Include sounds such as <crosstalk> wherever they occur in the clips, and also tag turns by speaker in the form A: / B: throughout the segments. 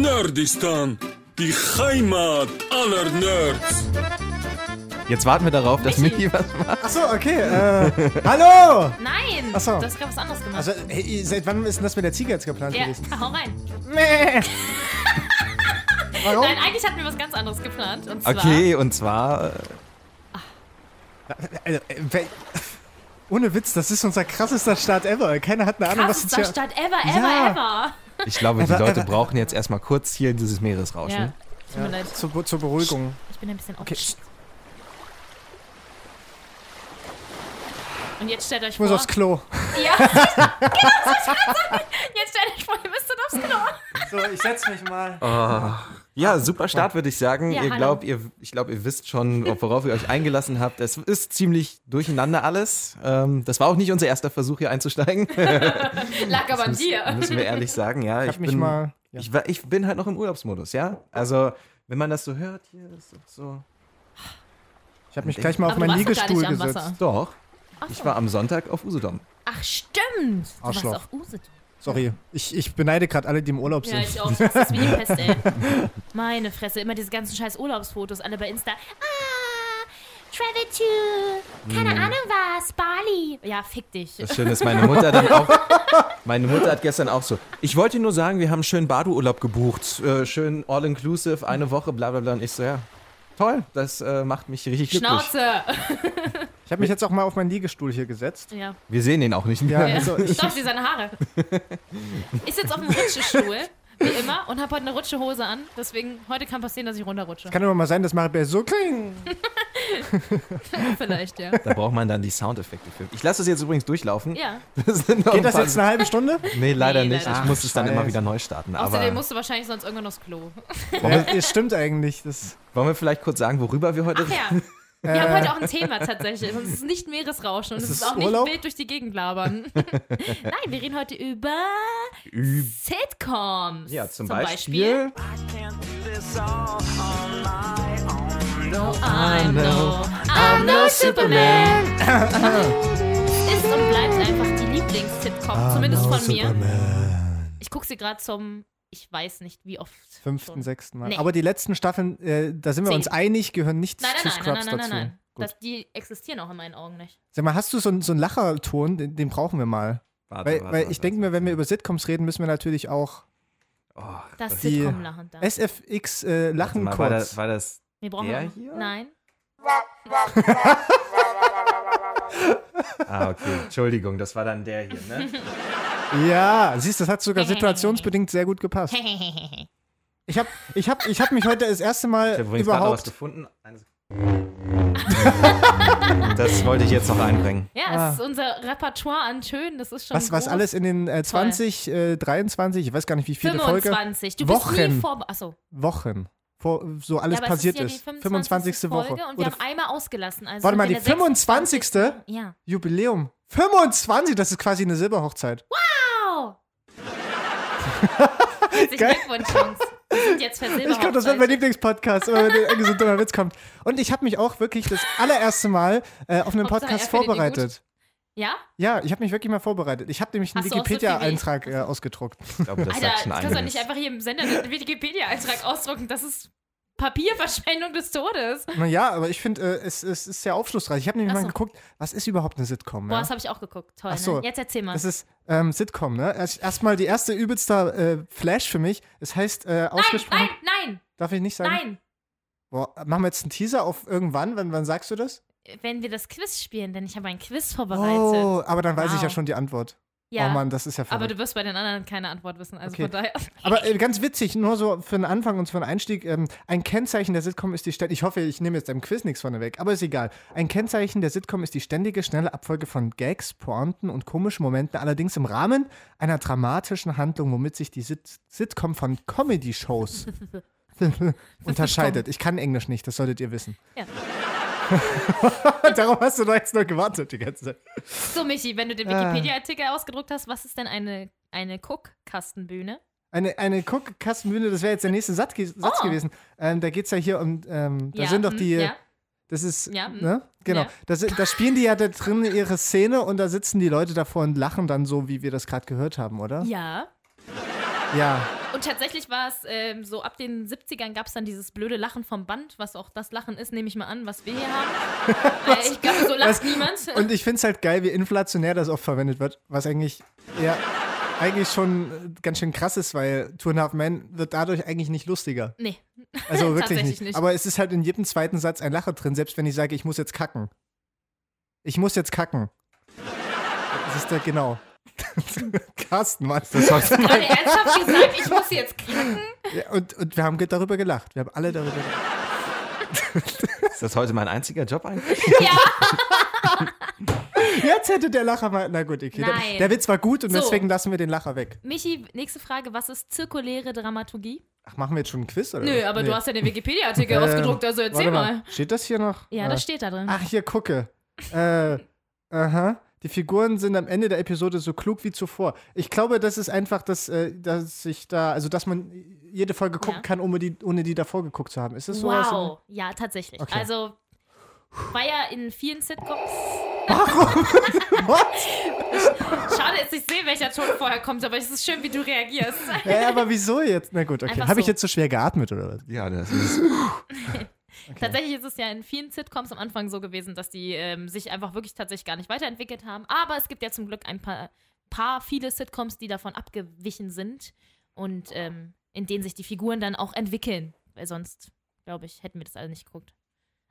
A: Nerdistan, die Heimat aller Nerds.
B: Jetzt warten wir darauf, dass
C: Michi.
B: Michi was macht.
D: Achso, okay. Äh, <laughs> hallo!
C: Nein!
D: Ach so.
C: Du hast gerade was anderes gemacht.
D: Also, hey, seit wann ist denn das mit der Ziege jetzt geplant
C: ja,
D: gewesen?
C: <laughs> hau rein.
D: <laughs> Warum?
C: Nein, eigentlich hatten wir was ganz anderes geplant. Und zwar,
B: Okay, und zwar. äh,
D: Also, äh, wer- ohne Witz, das ist unser krassester Start ever. Keiner hat eine Ahnung, was
C: krassester
D: jetzt hier...
C: Start ever, ever,
D: Ja.
C: ever.
B: Ich
D: <laughs>
B: glaube, die
D: Aber-
B: Leute
D: aber-
B: brauchen jetzt erstmal kurz hier dieses Meeresrauschen.
C: Ja. Tut mir leid,
D: Zur, zur Beruhigung.
C: ich bin ein bisschen
D: Oh, Okay.
C: aufgeschmissen. Und jetzt stellt euch
D: Ich muss
C: vor.
D: aufs Klo.
C: Ja. Genau, das wollte ich gerade sagen. jetzt stellt euch vor, ihr müsstet aufs Klo.
D: <laughs> So, ich setz mich mal.
B: Ja, super Start, würde ich sagen.
C: Ja,
B: ihr
C: hallo.
B: glaubt, ihr, ich glaube, ihr wisst schon, worauf ihr euch eingelassen habt. Es ist ziemlich durcheinander alles. Ähm, das war auch nicht unser erster Versuch, hier einzusteigen.
C: Lag aber an <laughs> dir.
B: Müssen wir ehrlich sagen, ja.
D: Ich hab mich mal... Ja.
B: ich, war, ich bin halt noch im Urlaubsmodus, ja. Also, wenn man das so hört, hier ist doch so.
D: Ich habe mich gleich mal auf
C: Aber Ah, du
D: meinen
C: warst doch gar
D: Liegestuhl
C: nicht am
D: gesetzt.
C: Wasser.
B: Doch. Ich
C: so.
B: war am Sonntag auf Usedom.
C: Ach, stimmt. Du
D: Arschloch.
C: warst auf Usedom.
D: Sorry, ich, ich beneide gerade alle, die im Urlaub
C: Ja,
D: sind.
C: ich auch. Das ist wie die Pest,
B: <laughs>
C: ey. Meine Fresse, immer diese ganzen scheiß Urlaubsfotos, alle bei Insta. Ah, travel to, keine Ahnung was, Bali. Ja, fick dich.
B: Mhm. Das Schöne ist, meine Mutter dann auch. Meine Mutter hat gestern auch so. Ich wollte nur sagen, wir haben schön Badeurlaub gebucht. Äh, schön all-inclusive, eine Woche, bla bla bla. Und ich so, ja. Toll, das äh, macht mich richtig glücklich.
C: Schnauze.
D: Ich habe mich jetzt auch mal auf meinen Liegestuhl hier gesetzt.
C: Ja.
B: Wir sehen ihn auch nicht
D: Ja,
B: mehr.
D: also ich,
C: Doch, sie seine Haare. Ich sitze auf dem Rutschestuhl, wie immer, und habe heute eine Rutschehose an. Deswegen, heute kann passieren, dass ich runterrutsche.
D: kann immer mal sein, dass Maribel so kling.
C: Vielleicht, ja.
B: Da braucht man dann die Soundeffekte für. Ich lasse das jetzt übrigens durchlaufen. <laughs>
C: Ja.
B: Das sind noch
D: Geht das
B: ein paar-
D: jetzt eine halbe Stunde?
B: Nee, leider
C: Nee,
B: nicht.
C: leider
B: Ich muss es dann
D: Ach,
B: immer
D: scheiße.
B: wieder neu starten.
C: Außerdem
B: Aber
C: musst du wahrscheinlich sonst irgendwann aufs Klo.
D: Ja, das stimmt eigentlich. Das,
B: wollen wir vielleicht kurz sagen, worüber wir heute
C: Ach ja. Wir haben heute auch ein Thema tatsächlich. Sonst ist es nicht Meeresrauschen und es ist
D: es
C: auch nicht
D: Urlaub?
C: wild durch die Gegend labern. Nein, wir reden heute über
B: reden?
C: Sitcoms.
B: Ja, zum, Beispiel.
C: I'm no, I'm no Superman. ist und bleibt einfach die Lieblings-Sitcom, zumindest von mir. Ich gucke sie gerade zum, ich weiß nicht wie oft.
D: fünften,
C: schon.
D: sechsten Mal.
C: Nee.
D: Aber die letzten Staffeln, äh, da sind wir
C: Zehn.
D: uns einig, gehören nicht
C: Nein,
D: zu
C: nein, nein, nein,
D: Scrubs
C: nein, nein,
D: dazu.
C: nein.
D: Gut.
C: Das, die existieren auch in meinen Augen nicht.
D: Sag mal, hast du so, einen- so einen Lacherton? Den, den brauchen wir mal.
B: Warte,
D: Weil,
B: warte,
D: weil
B: warte,
D: ich denke mir, wenn wir über Sitcoms reden, müssen wir natürlich auch
C: Das
D: Die-
C: Sitcom-Lachen da.
D: SFX äh,
B: warte
D: lachen
B: mal, war,
D: kurz.
B: das, war das
C: Wir brauchen
B: der
C: noch-
B: hier?
C: Nein.
B: Ah, okay. Entschuldigung, das war dann der hier, ne?
D: ja, siehst, das hat sogar situationsbedingt sehr
C: <laughs>
D: gut gepasst. Ich habe ich hab, ich hab mich heute das erste
B: Ich
D: Mal
B: habe übrigens gerade noch was
D: überhaupt.
B: gefunden. Eine Sekunde. das wollte ich jetzt noch einbringen.
C: Ja,
D: Ah.
C: es ist unser Repertoire an Tönen, das ist schon
D: Was, was
C: groß.
D: alles in den äh, 20, äh, 23, ich weiß gar nicht, wie viele Folge,
C: 25. Du bist nie
D: Wochen.
C: vor... Achso.
D: Wochen, vor, so alles
C: ja, aber
D: passiert
C: es
D: ist.
C: ist. Ja die
D: 25.
C: 25.
D: Woche.
C: Folge und wir
D: Oder,
C: haben einmal ausgelassen. Also
D: warte mal,
C: sind
D: die
C: wir der
D: 25.
C: Ja.
D: Jubiläum. 25, das ist quasi eine Silberhochzeit.
C: Wow! Herzlichen
D: <laughs> Geil.
C: Glückwunsch, Jungs. Wir sind jetzt versilbert.
D: Ich glaube, das wird mein Lieblingspodcast, immer wenn irgendwie so ein dummer Witz kommt. Und ich habe mich auch wirklich das allererste Mal äh, auf
C: Hauptsache,
D: einen Podcast
C: er findet ihn
D: vorbereitet.
C: Ja?
D: Ja, ich habe mich wirklich mal vorbereitet. Ich habe nämlich einen
C: Hast du auch so viel
D: Wikipedia-Eintrag äh, ausgedruckt.
B: Ich glaube, das
C: Alter,
B: sagt
C: das
B: schon
C: kannst du doch
B: einiges.
C: nicht einfach hier im Sender den Wikipedia-Eintrag ausdrucken. Das ist Papierverschwendung des Todes.
D: naja, aber ich finde, äh, es, es ist sehr aufschlussreich. Ich habe nämlich
C: Ach
D: mal
C: so.
D: geguckt, was ist überhaupt eine Sitcom?
C: Boah,
D: Ja?
C: das habe ich auch geguckt. Toll,
D: Ach so.
C: ne? Jetzt erzähl mal.
D: Das ist ähm, Sitcom, ne? Erst- Erstmal die erste übelster äh, Flash für mich. Es heißt äh,
C: nein,
D: ausgesprochen.
C: nein, nein,
D: Darf ich nicht sagen?
C: nein.
D: Boah, machen wir jetzt einen Teaser auf irgendwann? Wann, wann sagst du das?
C: Wenn wir das Quiz spielen, denn ich habe ein Quiz vorbereitet.
D: Oh, aber dann weiß ich
C: Wow.
D: ja schon die Antwort.
C: ja,
D: Oh Mann, das ist ja
C: aber
D: verrückt.
C: du wirst bei den anderen keine Antwort wissen. Also
D: Okay.
C: von daher. <laughs>
D: Aber äh, ganz witzig, nur so für den Anfang und für den Einstieg. Ähm, ein Kennzeichen der Sitcom ist die ständige. Ich hoffe, ich nehme jetzt einem Quiz nichts von weg, aber ist egal. Ein Kennzeichen der Sitcom ist die ständige, schnelle Abfolge von Gags, Pointen und komischen Momenten, allerdings im Rahmen einer dramatischen Handlung, womit sich die Sit Sitcom von
C: <laughs>
D: Comedy-Shows unterscheidet. Ich kann Englisch nicht, das solltet ihr wissen. <laughs>
C: Ja.
D: Darauf hast du doch jetzt nur gewartet die ganze Zeit.
C: So, Michi, wenn du den
D: Ah.
C: Wikipedia-Artikel ausgedruckt hast, was ist denn eine, eine Guckkastenbühne?
D: Eine, eine Guckkastenbühne, das wäre jetzt der nächste Satz, ge- Satz
C: Oh.
D: gewesen. Ähm, da geht es ja hier um, ähm, da
C: Ja,
D: sind doch
C: hm,
D: die,
C: Ja.
D: Das ist,
C: Ja, mm,
D: ne? Genau.
C: ja.
D: Da, si- da spielen die ja da drin ihre Szene und da äh, sitzen die Leute davor und lachen dann so, wie wir das gerade gehört haben, oder?
C: ja.
D: Ja.
C: Und Und tatsächlich war es ähm, so, ab den 70ern gab es dann dieses blöde Lachen vom Band, was auch das Lachen ist, nehme ich mal an, was wir hier
D: <laughs>
C: haben. äh, ich glaube, so lacht
D: Was-
C: niemand.
D: Und ich finde es halt geil, wie inflationär das oft verwendet wird, was eigentlich ja eigentlich schon ganz schön krass ist, weil Two and a Half Men wird dadurch eigentlich nicht lustiger.
C: nee, <laughs>
D: Also wirklich
C: Tatsächlich
D: nicht.
C: nicht.
D: Aber es ist halt in jedem zweiten Satz ein Lacher drin, selbst wenn ich sage, ich muss jetzt kacken. Ich muss jetzt kacken. Das ist da genau. <laughs> Carsten, Mann.
C: hat er ernsthaft gesagt, ich muss jetzt
D: <laughs>
C: knacken?
D: Ja, und, und wir haben ge- darüber gelacht. Wir haben alle darüber gelacht.
B: Ist das heute mein einziger Job eigentlich?
C: Ja,
D: Jetzt hätte der Lacher mal. Na gut, okay.
C: Nein.
D: Der, der Witz war gut und
C: So.
D: deswegen lassen wir den Lacher weg.
C: Michi, nächste Frage, was ist zirkuläre Dramaturgie?
D: Ach, machen wir jetzt schon einen Quiz? Oder?
C: Nö, aber
D: Äh, Nee.
C: du hast ja den Wikipedia-Artikel
D: Ähm,
C: ausgedruckt, also erzähl
D: warte
C: mal.
D: Steht das hier noch?
C: Ja,
D: Ah.
C: das steht da drin.
D: Ach, hier gucke. äh, aha. Die Figuren sind am Ende der Episode so klug wie zuvor. Ich glaube, das ist einfach, dass, äh, dass ich da, also dass man jede Folge gucken
C: Ja.
D: kann, ohne die, ohne die davor geguckt zu haben. Ist das so? was-
C: wow, ja, tatsächlich.
D: Okay.
C: Also, war ja in vielen Sitcoms.
D: <laughs> What?
C: Schade, dass ich sehe, welcher Ton vorher kommt, aber es ist schön, wie du
D: <laughs>
C: reagierst.
D: Ja, aber wieso jetzt? Na gut, okay.
C: Einfach
D: Habe ich
C: so.
D: jetzt so schwer geatmet oder was?
B: Ja, das ist.
C: Tatsächlich ist es ja in vielen Sitcoms am Anfang so gewesen, dass die ähm, sich einfach wirklich tatsächlich gar nicht weiterentwickelt haben. Aber es gibt ja zum Glück ein paar, paar viele Sitcoms, die davon abgewichen sind und ähm, in denen sich die Figuren dann auch entwickeln. Weil sonst, glaube ich, hätten wir das alle nicht geguckt.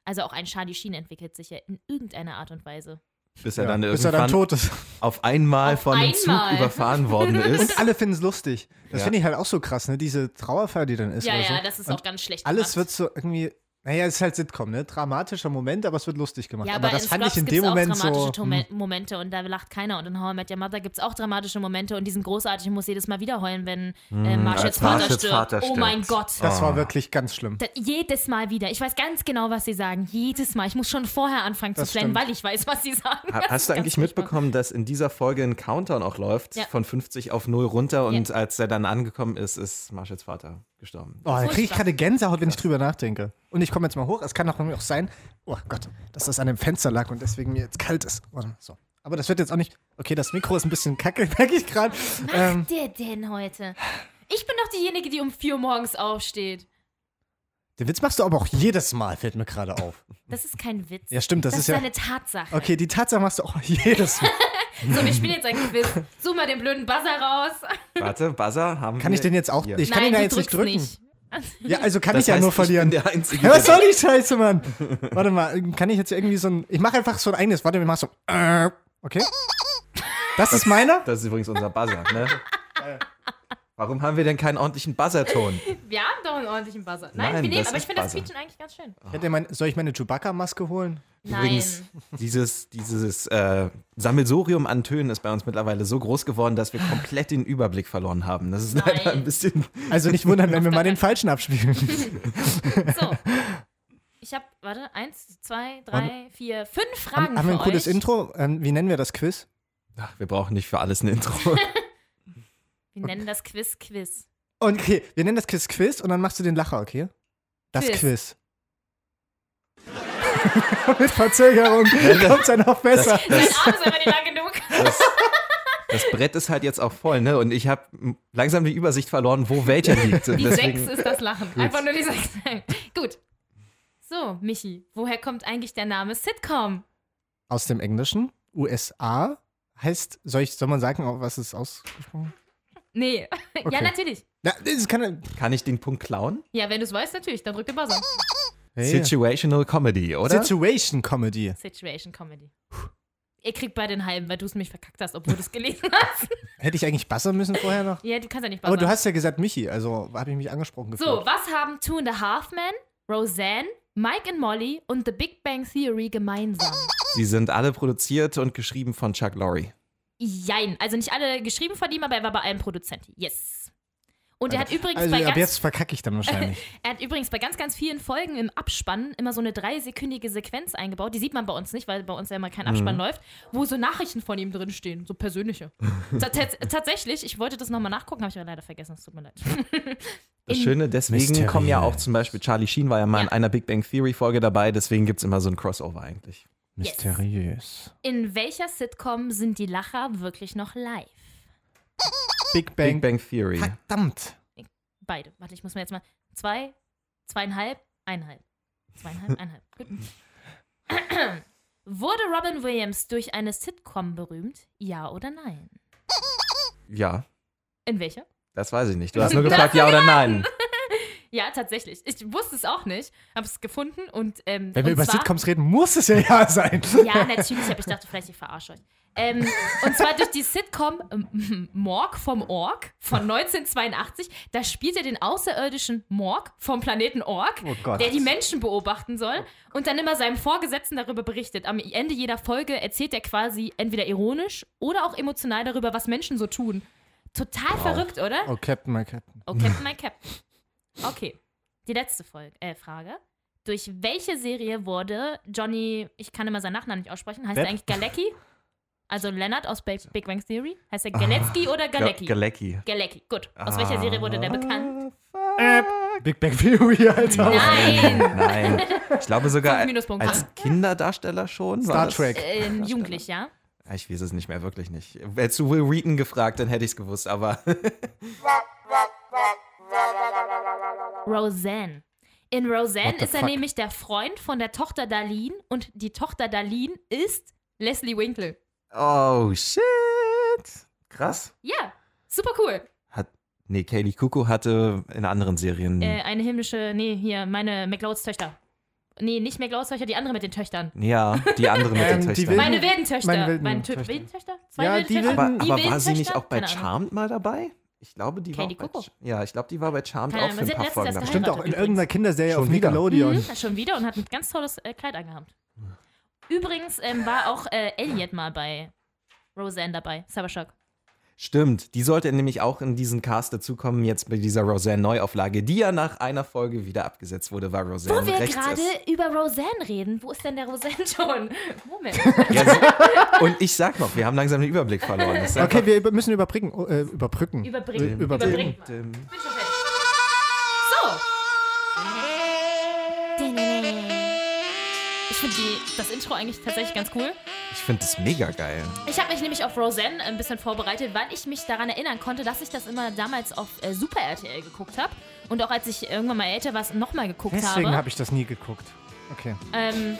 C: Also auch ein Charlie Sheen entwickelt sich ja in irgendeiner Art und Weise.
B: Bis er
D: Ja,
B: dann
D: bis er
B: irgendwann
D: dann tot
B: <laughs>
D: ist.
B: auf einmal
C: Auf
B: von einem
C: einmal.
B: Zug überfahren worden
C: <laughs>
B: ist.
D: Und alle finden es lustig. Das
B: Ja.
D: finde ich halt auch so krass, ne? Diese Trauerfeier, die dann ist.
C: ja,
D: oder
C: ja,
D: so.
C: das ist
D: Und
C: auch ganz schlecht.
D: Alles
C: gemacht.
D: wird so irgendwie. Naja, es ist halt Sitcom, ne? Dramatischer Moment, aber es wird lustig gemacht.
C: Ja,
D: aber,
C: aber,
D: das
C: in
D: fand
C: Scrubs
D: ich in
C: gibt's
D: dem Moment
C: auch dramatische
D: so. hm.
C: Tome- Momente und da lacht keiner. Und in How I Met Your Mother gibt es auch dramatische Momente und die sind großartig. Ich muss jedes Mal wieder heulen, wenn äh,
D: Hm,
C: Marshalls
B: als
C: Vater,
B: Marshalls
C: stirbt.
B: Vater
C: Oh
B: stirbt.
C: mein Gott.
D: Das
B: Oh.
D: war wirklich ganz schlimm.
C: Da- jedes Mal wieder. Ich weiß ganz genau, was sie sagen. Jedes Mal. Ich muss schon vorher anfangen
D: Das
C: zu flennen,
D: stimmt.
C: weil ich weiß, was sie sagen.
B: Ha-
C: Das ist
B: Hast du
C: ganz
B: eigentlich
C: furchtbar.
B: mitbekommen, dass in dieser Folge ein Countdown auch läuft?
C: Ja.
B: Von 50 auf 0 runter und als er dann angekommen ist, ist Marshalls Vater gestorben.
D: Oh, da kriege ich
C: Furchtbar.
D: gerade Gänsehaut, wenn ich drüber nachdenke. Und ich komme jetzt mal hoch. Es kann doch irgendwie auch sein, oh Gott, dass das an dem Fenster lag und deswegen mir jetzt kalt ist. Warte mal, So. Aber das wird jetzt auch nicht. Okay, das Mikro ist ein bisschen kacke, <laughs> merke ich gerade. Ähm,
C: Was der denn heute? Ich bin doch diejenige, die um 4 Uhr morgens aufsteht.
D: den Witz machst du aber auch jedes Mal, fällt mir gerade auf.
C: Das ist kein Witz.
D: Ja, stimmt, das,
C: das
D: ist
C: ist
D: ja.
C: eine Tatsache.
D: Okay, die Tatsache machst du auch <laughs> jedes Mal.
C: So, wir spielen jetzt ein Quiz. Such mal den blöden Buzzer raus.
B: Warte, Buzzer haben
D: Kann ich
B: wir-
D: den jetzt auch.
B: Hier.
D: Ich kann
C: Nein,
D: ihn ja
C: du
D: jetzt nicht
C: drückst
D: drücken.
C: nicht.
D: Ja, also kann
B: Das
D: ich ja
B: heißt,
D: nur verlieren.
B: Ich bin der Einzige,
D: Ja, was
B: der-
D: soll die Scheiße, Mann? Warte mal, kann ich jetzt irgendwie so ein. Ich mache einfach so ein eigenes. Warte, wir machen so. äh, Okay. Das ist meiner?
B: Das ist übrigens unser Buzzer,
D: <laughs>
B: ne? Warum haben wir denn keinen ordentlichen Buzzerton?
C: Wir haben doch einen ordentlichen Buzzer. Nein,
B: Nein,
C: wir nehmen,
B: das
C: aber ich
B: ist
C: finde das
B: Buzzer.
C: Feature eigentlich ganz schön.
D: Ich hätte mein, soll ich meine Chewbacca-Maske holen?
B: Übrigens,
C: Nein.
B: dieses, dieses äh, Sammelsurium an Tönen ist bei uns mittlerweile so groß geworden, dass wir komplett den Überblick verloren haben. Das ist leider
C: Nein.
B: ein bisschen.
D: Also nicht wundern, wenn wir mal den falschen abspielen.
C: So.
D: <laughs>
C: Ich habe, warte, eins, zwei, drei, vier, fünf Fragen.
D: haben, haben wir ein
C: für
D: cooles
C: euch.
D: Intro? Ähm, wie nennen wir das Quiz?
B: Ach, wir brauchen nicht für alles ein Intro.
C: Wir nennen das Quiz Quiz.
D: Und okay, wir nennen das Quiz Quiz und dann machst du den Lacher, okay? Das
C: Quiz.
D: Quiz. <laughs> Mit Verzögerung kommt es dann auch besser.
C: Dein Arm ist einfach nicht lang
D: <laughs>
C: genug.
B: Das, das Brett ist halt jetzt auch voll, ne? Und ich habe langsam die Übersicht verloren, wo welcher
C: <laughs>
B: liegt. Und
C: Die
B: deswegen-
C: sechs ist das Lachen. Einfach nur die sechs. <laughs> Gut. So, Michi, woher kommt eigentlich der Name Sitcom?
D: Aus dem Englischen, USA heißt, soll, ich, soll man sagen, auf was es ausgesprochen
C: Nee. <laughs> Ja,
D: Okay.
C: natürlich.
D: Na, das kann.
B: Kann ich den Punkt klauen?
C: Ja, wenn du es weißt, natürlich. Dann drück den Buzzer.
D: Hey.
B: Situational Comedy, oder?
D: Situation Comedy.
C: Situation Comedy. Ihr kriegt beide den halben, weil du es mich verkackt hast, obwohl du es gelesen <laughs> hast.
D: Hätte ich eigentlich buzzern müssen vorher noch?
C: Ja, du kannst ja nicht buzzern.
D: Aber du hast ja gesagt Michi, also habe ich mich angesprochen gefühlt.
C: so, was haben Two and a Half Men, Roseanne, Mike and Molly und The Big Bang Theory gemeinsam?
B: Sie sind alle produziert und geschrieben von Chuck Lorre.
C: Jein. Also nicht alle geschrieben von ihm, aber er war bei allen Produzenten. Yes. Und er hat übrigens
D: Also
C: bei
D: ab
C: ganz
D: jetzt verkacke ich dann wahrscheinlich.
C: Er hat übrigens bei ganz, ganz vielen Folgen im Abspann immer so eine dreisekündige Sequenz eingebaut. Die sieht man bei uns nicht, weil bei uns ja immer kein Abspann
D: Mhm.
C: läuft, wo so Nachrichten von ihm drinstehen, so
D: <laughs>
C: persönliche. Tats tatsächlich, ich wollte das nochmal nachgucken, habe ich aber leider vergessen, es tut mir leid.
B: Das
C: In-
B: Schöne, deswegen
D: Mysteriös.
B: kommen ja auch zum Beispiel Charlie Sheen war ja mal in
C: Ja.
B: einer Big Bang Theory Folge dabei, deswegen gibt es immer so ein Crossover eigentlich.
C: <laughs> Yes.
D: Mysteriös.
C: In welcher Sitcom sind die Lacher wirklich noch live?
D: Big
B: Big
D: Bang.
B: Bang Theory.
D: Verdammt.
C: beide. Warte, ich muss mir jetzt mal. Zwei, zweieinhalb, eineinhalb. Zweieinhalb, eineinhalb. Gut. <clears throat> Wurde Robin Williams durch eine Sitcom berühmt? Ja oder nein?
B: Ja,
C: In welcher?
B: das weiß ich nicht. Du hast nur gefragt, ja oder nein.
C: Ja, tatsächlich. Ich wusste es auch nicht, habe es gefunden und ähm,
D: Wenn
C: und
D: wir über
C: zwar,
D: Sitcoms reden, muss es ja ja sein.
C: <laughs> Ja, natürlich, aber ich dachte, vielleicht ich verarsche euch. Ähm, und zwar durch die Sitcom ähm, <laughs> Morg vom Org von
D: <laughs>
C: 1982. Da spielt er den außerirdischen Morg vom Planeten Org,
D: Oh Gott.
C: der die Menschen beobachten soll und dann immer seinem Vorgesetzten darüber berichtet. Am Ende jeder Folge erzählt er quasi entweder ironisch oder auch emotional darüber, was Menschen so tun. Total verrückt, oder?
D: Oh, Captain, my Captain.
C: Oh, Captain, mein
D: <laughs>
C: Captain. Okay, die letzte Folge, äh, Frage. Durch welche Serie wurde Johnny, ich kann immer seinen Nachnamen nicht aussprechen, heißt er
D: Depp?
C: eigentlich Galecki? Also Leonard aus Big, Big Bang Theory? Heißt
D: Ah.
C: er Galecki oder Galecki?
B: Galecki.
C: Galecki, gut. Aus welcher Serie wurde der bekannt?
D: Äh, Big Bang Theory, Alter.
C: Nein!
B: Nein. Ich glaube sogar
C: Fünf Minuspunkte.
B: als Kinderdarsteller schon. war
D: Star
B: das-
D: Trek.
C: Ähm, Jugendlich, ja?
B: Ah, Ich weiß es nicht mehr, wirklich nicht. Hättest du Will Wheaton gefragt, dann hätte ich es gewusst, aber <laughs>
C: Roseanne. In Roseanne
D: What the
C: ist er
D: fuck?
C: nämlich der Freund von der Tochter Darlene und die Tochter Darlene ist Leslie Winkle.
B: Oh shit. Krass.
C: Ja, super cool.
B: Hat nee, Kaylee Kuku hatte in anderen Serien
C: Äh, eine himmlische, nee, hier, meine McLeods Töchter. Nee, nicht McLeods Töchter, die andere mit den Töchtern.
B: ja, die andere mit den
D: Ähm, die
B: Töchtern.
D: Wilden-
C: Meine wilden Töchter.
D: meine wilden
C: Meine Tö-
D: Töchter.
C: wilden Töchter? Zwei
D: Ja,
C: wilde
D: die
C: Töchter?
B: aber
D: wilden-
B: aber war sie
C: wilden
B: nicht
C: Töchter?
B: auch bei
C: Keine Ahnung.
B: Charmed mal dabei? Ich glaube, die
C: Kaylee
B: war auch bei
C: Kuku.
B: Ch- Ja, ich glaube, die war bei Charmed
C: Keine
B: auch für ein paar
C: Ahnung, aber sie hat letztens
B: Folgen
C: erst
B: dabei.
D: Stimmt auch in
C: Übrigens.
D: irgendeiner Kinderserie
B: Schon
D: auf
B: wieder.
D: Nickelodeon.
C: Mhm, schon wieder und hat ein ganz tolles äh, Kleid angehabt. Übrigens ähm, war auch äh, Elliot mal bei Roseanne dabei. Cybershock.
B: Stimmt, die sollte nämlich auch in diesen Cast dazukommen, jetzt bei dieser Roseanne Neuauflage, die ja nach einer Folge wieder abgesetzt wurde, war Roseanne
C: Wo wir
B: rechts
C: gerade
B: ist.
C: über Roseanne reden, wo ist denn der Roseanne schon? Moment.
B: Ja, sie- Und ich sag noch, wir haben langsam den Überblick verloren. Das ist
D: Okay, wir über- müssen überbrücken. Oh, äh, überbrücken.
C: Überbringen.
D: Äh,
C: Überbringen.
B: einfach- Ähm,
C: Bin schon fertig. So. Ich finde das Intro eigentlich tatsächlich ganz cool.
B: Ich finde das mega geil.
C: Ich habe mich nämlich auf Roseanne ein bisschen vorbereitet, weil ich mich daran erinnern konnte, dass ich das immer damals auf äh, Super RTL geguckt habe. Und auch als ich irgendwann mal älter war, es nochmal geguckt
D: Deswegen
C: habe.
D: habe ich das nie geguckt. Okay.
C: Ähm,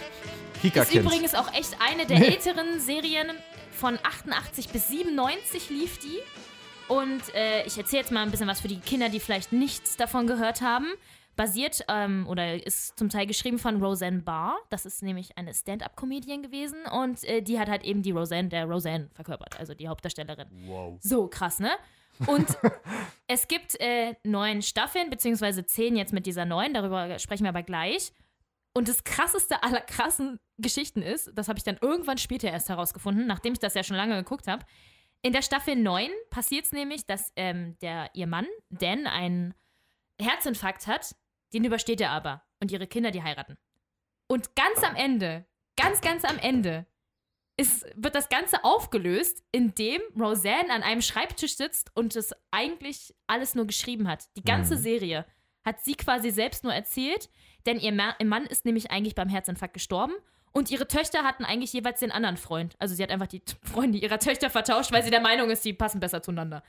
C: ist
B: Kika-Kind.
C: übrigens auch echt eine der älteren Serien. Von 88 bis 97 lief die. Und äh, ich erzähle jetzt mal ein bisschen was für die Kinder, die vielleicht nichts davon gehört haben. Basiert ähm, oder ist zum Teil geschrieben von Roseanne Barr. Das ist nämlich eine Stand-up-Comedian gewesen und äh, die hat halt eben die Roseanne, der Roseanne verkörpert, also die Hauptdarstellerin. Wow. So krass, ne? Und <laughs> es gibt äh, neun Staffeln, beziehungsweise zehn jetzt mit dieser neuen, darüber sprechen wir aber gleich. Und das krasseste aller krassen Geschichten ist, das habe ich dann irgendwann später erst herausgefunden, nachdem ich das ja schon lange geguckt habe. In der Staffel 9 passiert es nämlich, dass ähm, der, ihr Mann, Dan, einen Herzinfarkt hat. Den übersteht er aber. Und ihre Kinder, die heiraten. Und ganz am Ende, ganz, ganz am Ende, ist, wird das Ganze aufgelöst, indem Roseanne an einem Schreibtisch sitzt und es eigentlich alles nur geschrieben hat. Die ganze
B: Mhm.
C: Serie hat sie quasi selbst nur erzählt, denn ihr, Ma ihr Mann ist nämlich eigentlich beim Herzinfarkt gestorben und ihre Töchter hatten eigentlich jeweils den anderen Freund. Also sie hat einfach die T- Freunde ihrer Töchter vertauscht, weil sie der Meinung ist, die passen besser zueinander.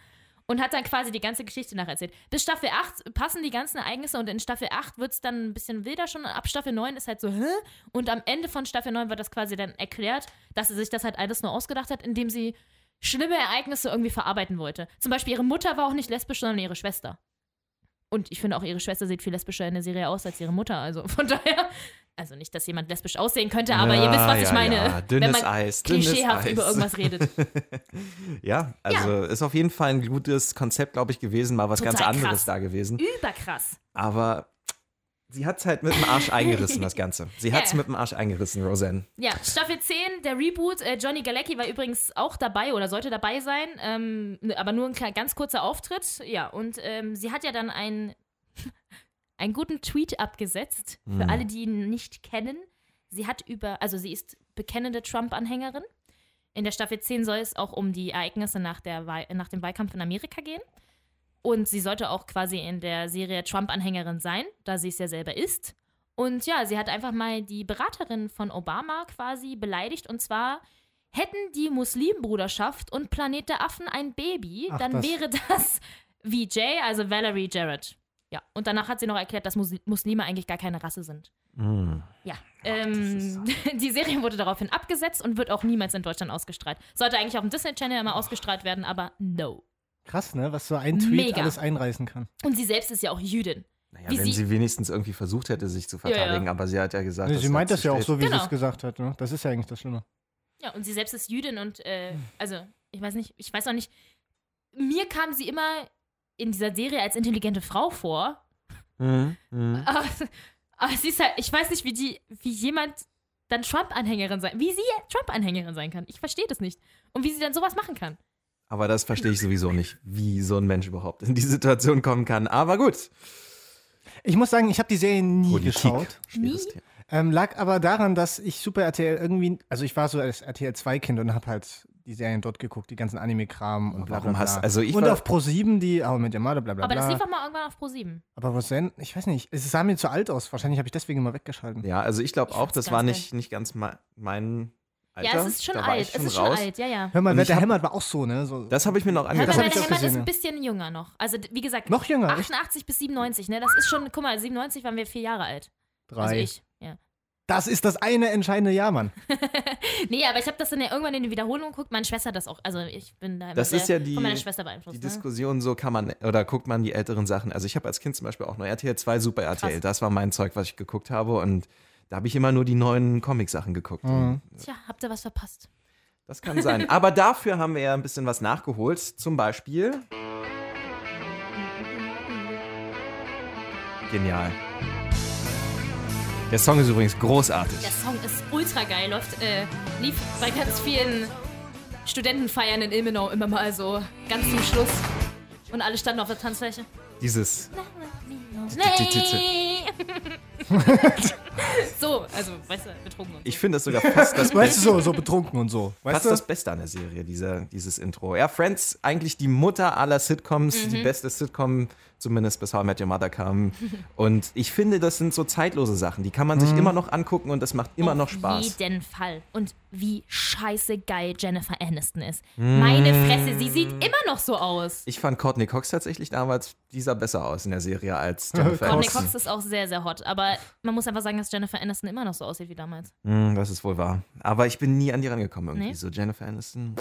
C: Und hat dann quasi die ganze Geschichte nacherzählt. Bis Staffel 8 passen die ganzen Ereignisse und in Staffel 8 wird es dann ein bisschen wilder schon. Ab Staffel 9 ist halt so, hä? Und am Ende von Staffel 9 wird das quasi dann erklärt, dass sie sich das halt alles nur ausgedacht hat, indem sie schlimme Ereignisse irgendwie verarbeiten wollte. Zum Beispiel ihre Mutter war auch nicht lesbisch, sondern ihre Schwester. Und ich finde auch, ihre Schwester sieht viel lesbischer in der Serie aus als ihre Mutter. Also von <laughs> daher, also nicht, dass jemand lesbisch aussehen könnte, aber ihr
B: Ja,
C: wisst, was ich
B: ja,
C: meine.
B: ja.
C: Wenn
B: Dünnes
C: man
B: Eis, dünnes
C: klischeehaft
B: Eis.
C: über
B: <laughs>
C: irgendwas redet.
B: Ja, also ist auf jeden Fall ein gutes Konzept, glaube ich, gewesen, mal was ganz
C: Total
B: anderes
C: krass.
B: da gewesen.
C: Überkrass.
B: Aber sie hat es halt mit dem Arsch eingerissen, das Ganze. Sie hat es
C: Ja.
B: mit dem Arsch eingerissen, Roseanne.
C: Ja, Staffel 10, der Reboot. Äh, Johnny Galecki war übrigens auch dabei oder sollte dabei sein, ähm, ne, aber nur ein kle- ganz kurzer Auftritt. Ja, und ähm, sie hat ja dann einen, <laughs> einen guten Tweet abgesetzt, für alle, die ihn nicht kennen. Sie hat über, also sie ist bekennende Trump-Anhängerin. In der Staffel 10 soll es auch um die Ereignisse nach, der, Wahl- nach dem Wahlkampf in Amerika gehen. Und sie sollte auch quasi in der Serie Trump-Anhängerin sein, da sie es ja selber ist. Und ja, sie hat einfach mal die Beraterin von Obama quasi beleidigt. Und zwar hätten die Muslimbruderschaft und Planet der Affen ein Baby,
D: Ach,
C: dann <laughs>
D: das-
C: wäre das VJ, also Valerie Jarrett. Ja, und danach hat sie noch erklärt, dass Mus Muslime eigentlich gar keine Rasse sind.
D: Hm.
C: Ja. ähm, <laughs> die Serie wurde daraufhin abgesetzt und wird auch niemals in Deutschland ausgestrahlt. Sollte eigentlich auf dem Disney Channel immer ausgestrahlt werden, aber no.
D: Krass, ne? Was so ein Tweet
C: Mega.
D: alles einreißen kann.
C: Und sie selbst ist ja auch Jüdin.
B: Naja,
C: Wie
B: wenn sie,
C: sie-
B: wenigstens irgendwie versucht hätte, sich zu verteidigen,
C: Ja, ja.
B: aber sie hat ja gesagt,
D: Nee, sie meint das ja auch
B: dazu
D: so, wie sie
C: Genau.
D: es gesagt hat. Ne? Das ist ja eigentlich das Schlimme.
C: Ja, und sie selbst ist Jüdin und äh,
D: Hm.
C: also, ich weiß nicht, ich weiß auch nicht. Mir kam sie immer in dieser Serie als intelligente Frau vor.
B: steht. Mhm.
D: Hm.
B: Mhm.
C: Aber, aber sie ist halt, ich weiß nicht, wie die, wie jemand dann Trump-Anhängerin sein, wie sie Trump-Anhängerin sein kann. Ich verstehe das nicht. Und wie sie dann sowas machen kann.
B: Aber das verstehe ich sowieso nicht, wie so ein Mensch überhaupt in die Situation kommen kann. Aber gut.
D: Ich muss sagen, ich habe die Serie nie geschaut.
B: Schweres
C: Nie?
B: Thema.
D: Ähm, lag aber daran, dass ich Super RTL irgendwie, also ich war so als RTL 2 Kind und habe halt die Serien dort geguckt, die ganzen Anime-Kram und bla
B: Warum
D: bla bla.
B: hast- also ich
D: und
B: war-
D: auf Pro 7 die, aber mit Yamada bla bla
C: Aber das
D: bla.
C: lief auch mal irgendwann auf Pro7.
D: aber Roseanne, ich weiß nicht, es sah mir zu alt aus. Wahrscheinlich habe ich deswegen immer weggeschalten.
B: Ja, also ich glaube
C: Ich
B: auch,
C: find's
B: das
C: ganz
B: war nicht, nicht ganz me- mein Alter.
C: Ja, es ist schon
B: da war
C: alt.
B: Ich schon
C: es ist
B: raus.
C: schon alt, ja, ja.
D: Hör mal,
B: Und
D: wer
B: ich
D: der
B: hab-
D: hämmert war auch so, ne? So,
B: Das habe ich mir noch
C: Hör
D: Das
C: mal,
D: hab
B: angeguckt.
D: ich
C: der
D: auch
C: Hämmert ist
D: gesehen,
C: ein bisschen jünger noch. Also, d- wie gesagt,
D: noch jünger, echt?
C: 88 bis 97, ne? Das ist schon, guck mal, 97 waren wir vier Jahre alt.
D: Drei.
C: Also ich, ja.
D: Das ist das eine entscheidende Jahr,
C: <laughs>
D: Mann.
C: Nee, aber ich habe das dann ja irgendwann in die Wiederholung geguckt. Meine Schwester hat das auch. Also ich bin da immer
B: Das
C: sehr
B: ist ja die-
C: von meiner Schwester
B: Die
C: beeinflusst. ne?
B: Diskussion, so kann man oder guckt man die älteren Sachen. Also ich habe als Kind zum Beispiel auch nur RTL 2 Super RTL.
C: Krass.
B: Das war mein Zeug, was ich geguckt habe. Und da habe ich immer nur die neuen Comic-Sachen geguckt. Und
C: Tja, habt ihr was verpasst?
B: Das kann sein. Aber dafür haben wir ja ein bisschen was nachgeholt. Zum Beispiel. Genial. Der Song ist übrigens großartig.
C: Der Song ist ultra geil. Läuft, äh, lief bei ganz vielen Studentenfeiern in Ilmenau immer mal so ganz zum Schluss. Und alle standen auf der Tanzfläche.
B: Dieses.
C: Nee! <laughs> so, also, weißt du, betrunken und so.
B: Ich finde das sogar fast das
D: <laughs> Weißt
B: Beste.
D: du, so, so betrunken und so. Weißt
B: Fast
D: du?
B: das Beste an der Serie, dieser, dieses Intro. Ja, Friends, eigentlich die Mutter aller Sitcoms, die beste Sitcom, zumindest bis How I Met Your Mother kam. Und ich finde, das sind so zeitlose Sachen, die kann man
D: Mhm.
B: sich immer noch angucken und das macht immer noch Spaß.
C: Auf jeden Fall. Und wie scheiße geil Jennifer Aniston ist.
B: Mm.
C: Meine Fresse, sie sieht immer noch so aus.
B: Ich fand Courtney Cox tatsächlich damals, die sah besser aus in der Serie
C: <laughs>
B: als Jennifer
C: Courtney
B: Aniston.
C: Cox ist auch sehr, sehr hot. Aber man muss einfach sagen, dass Jennifer Aniston immer noch so aussieht wie damals.
B: Hm, das ist wohl wahr. Aber ich bin nie an die rangekommen irgendwie.
C: Nee? Oh.
B: So Jennifer Aniston,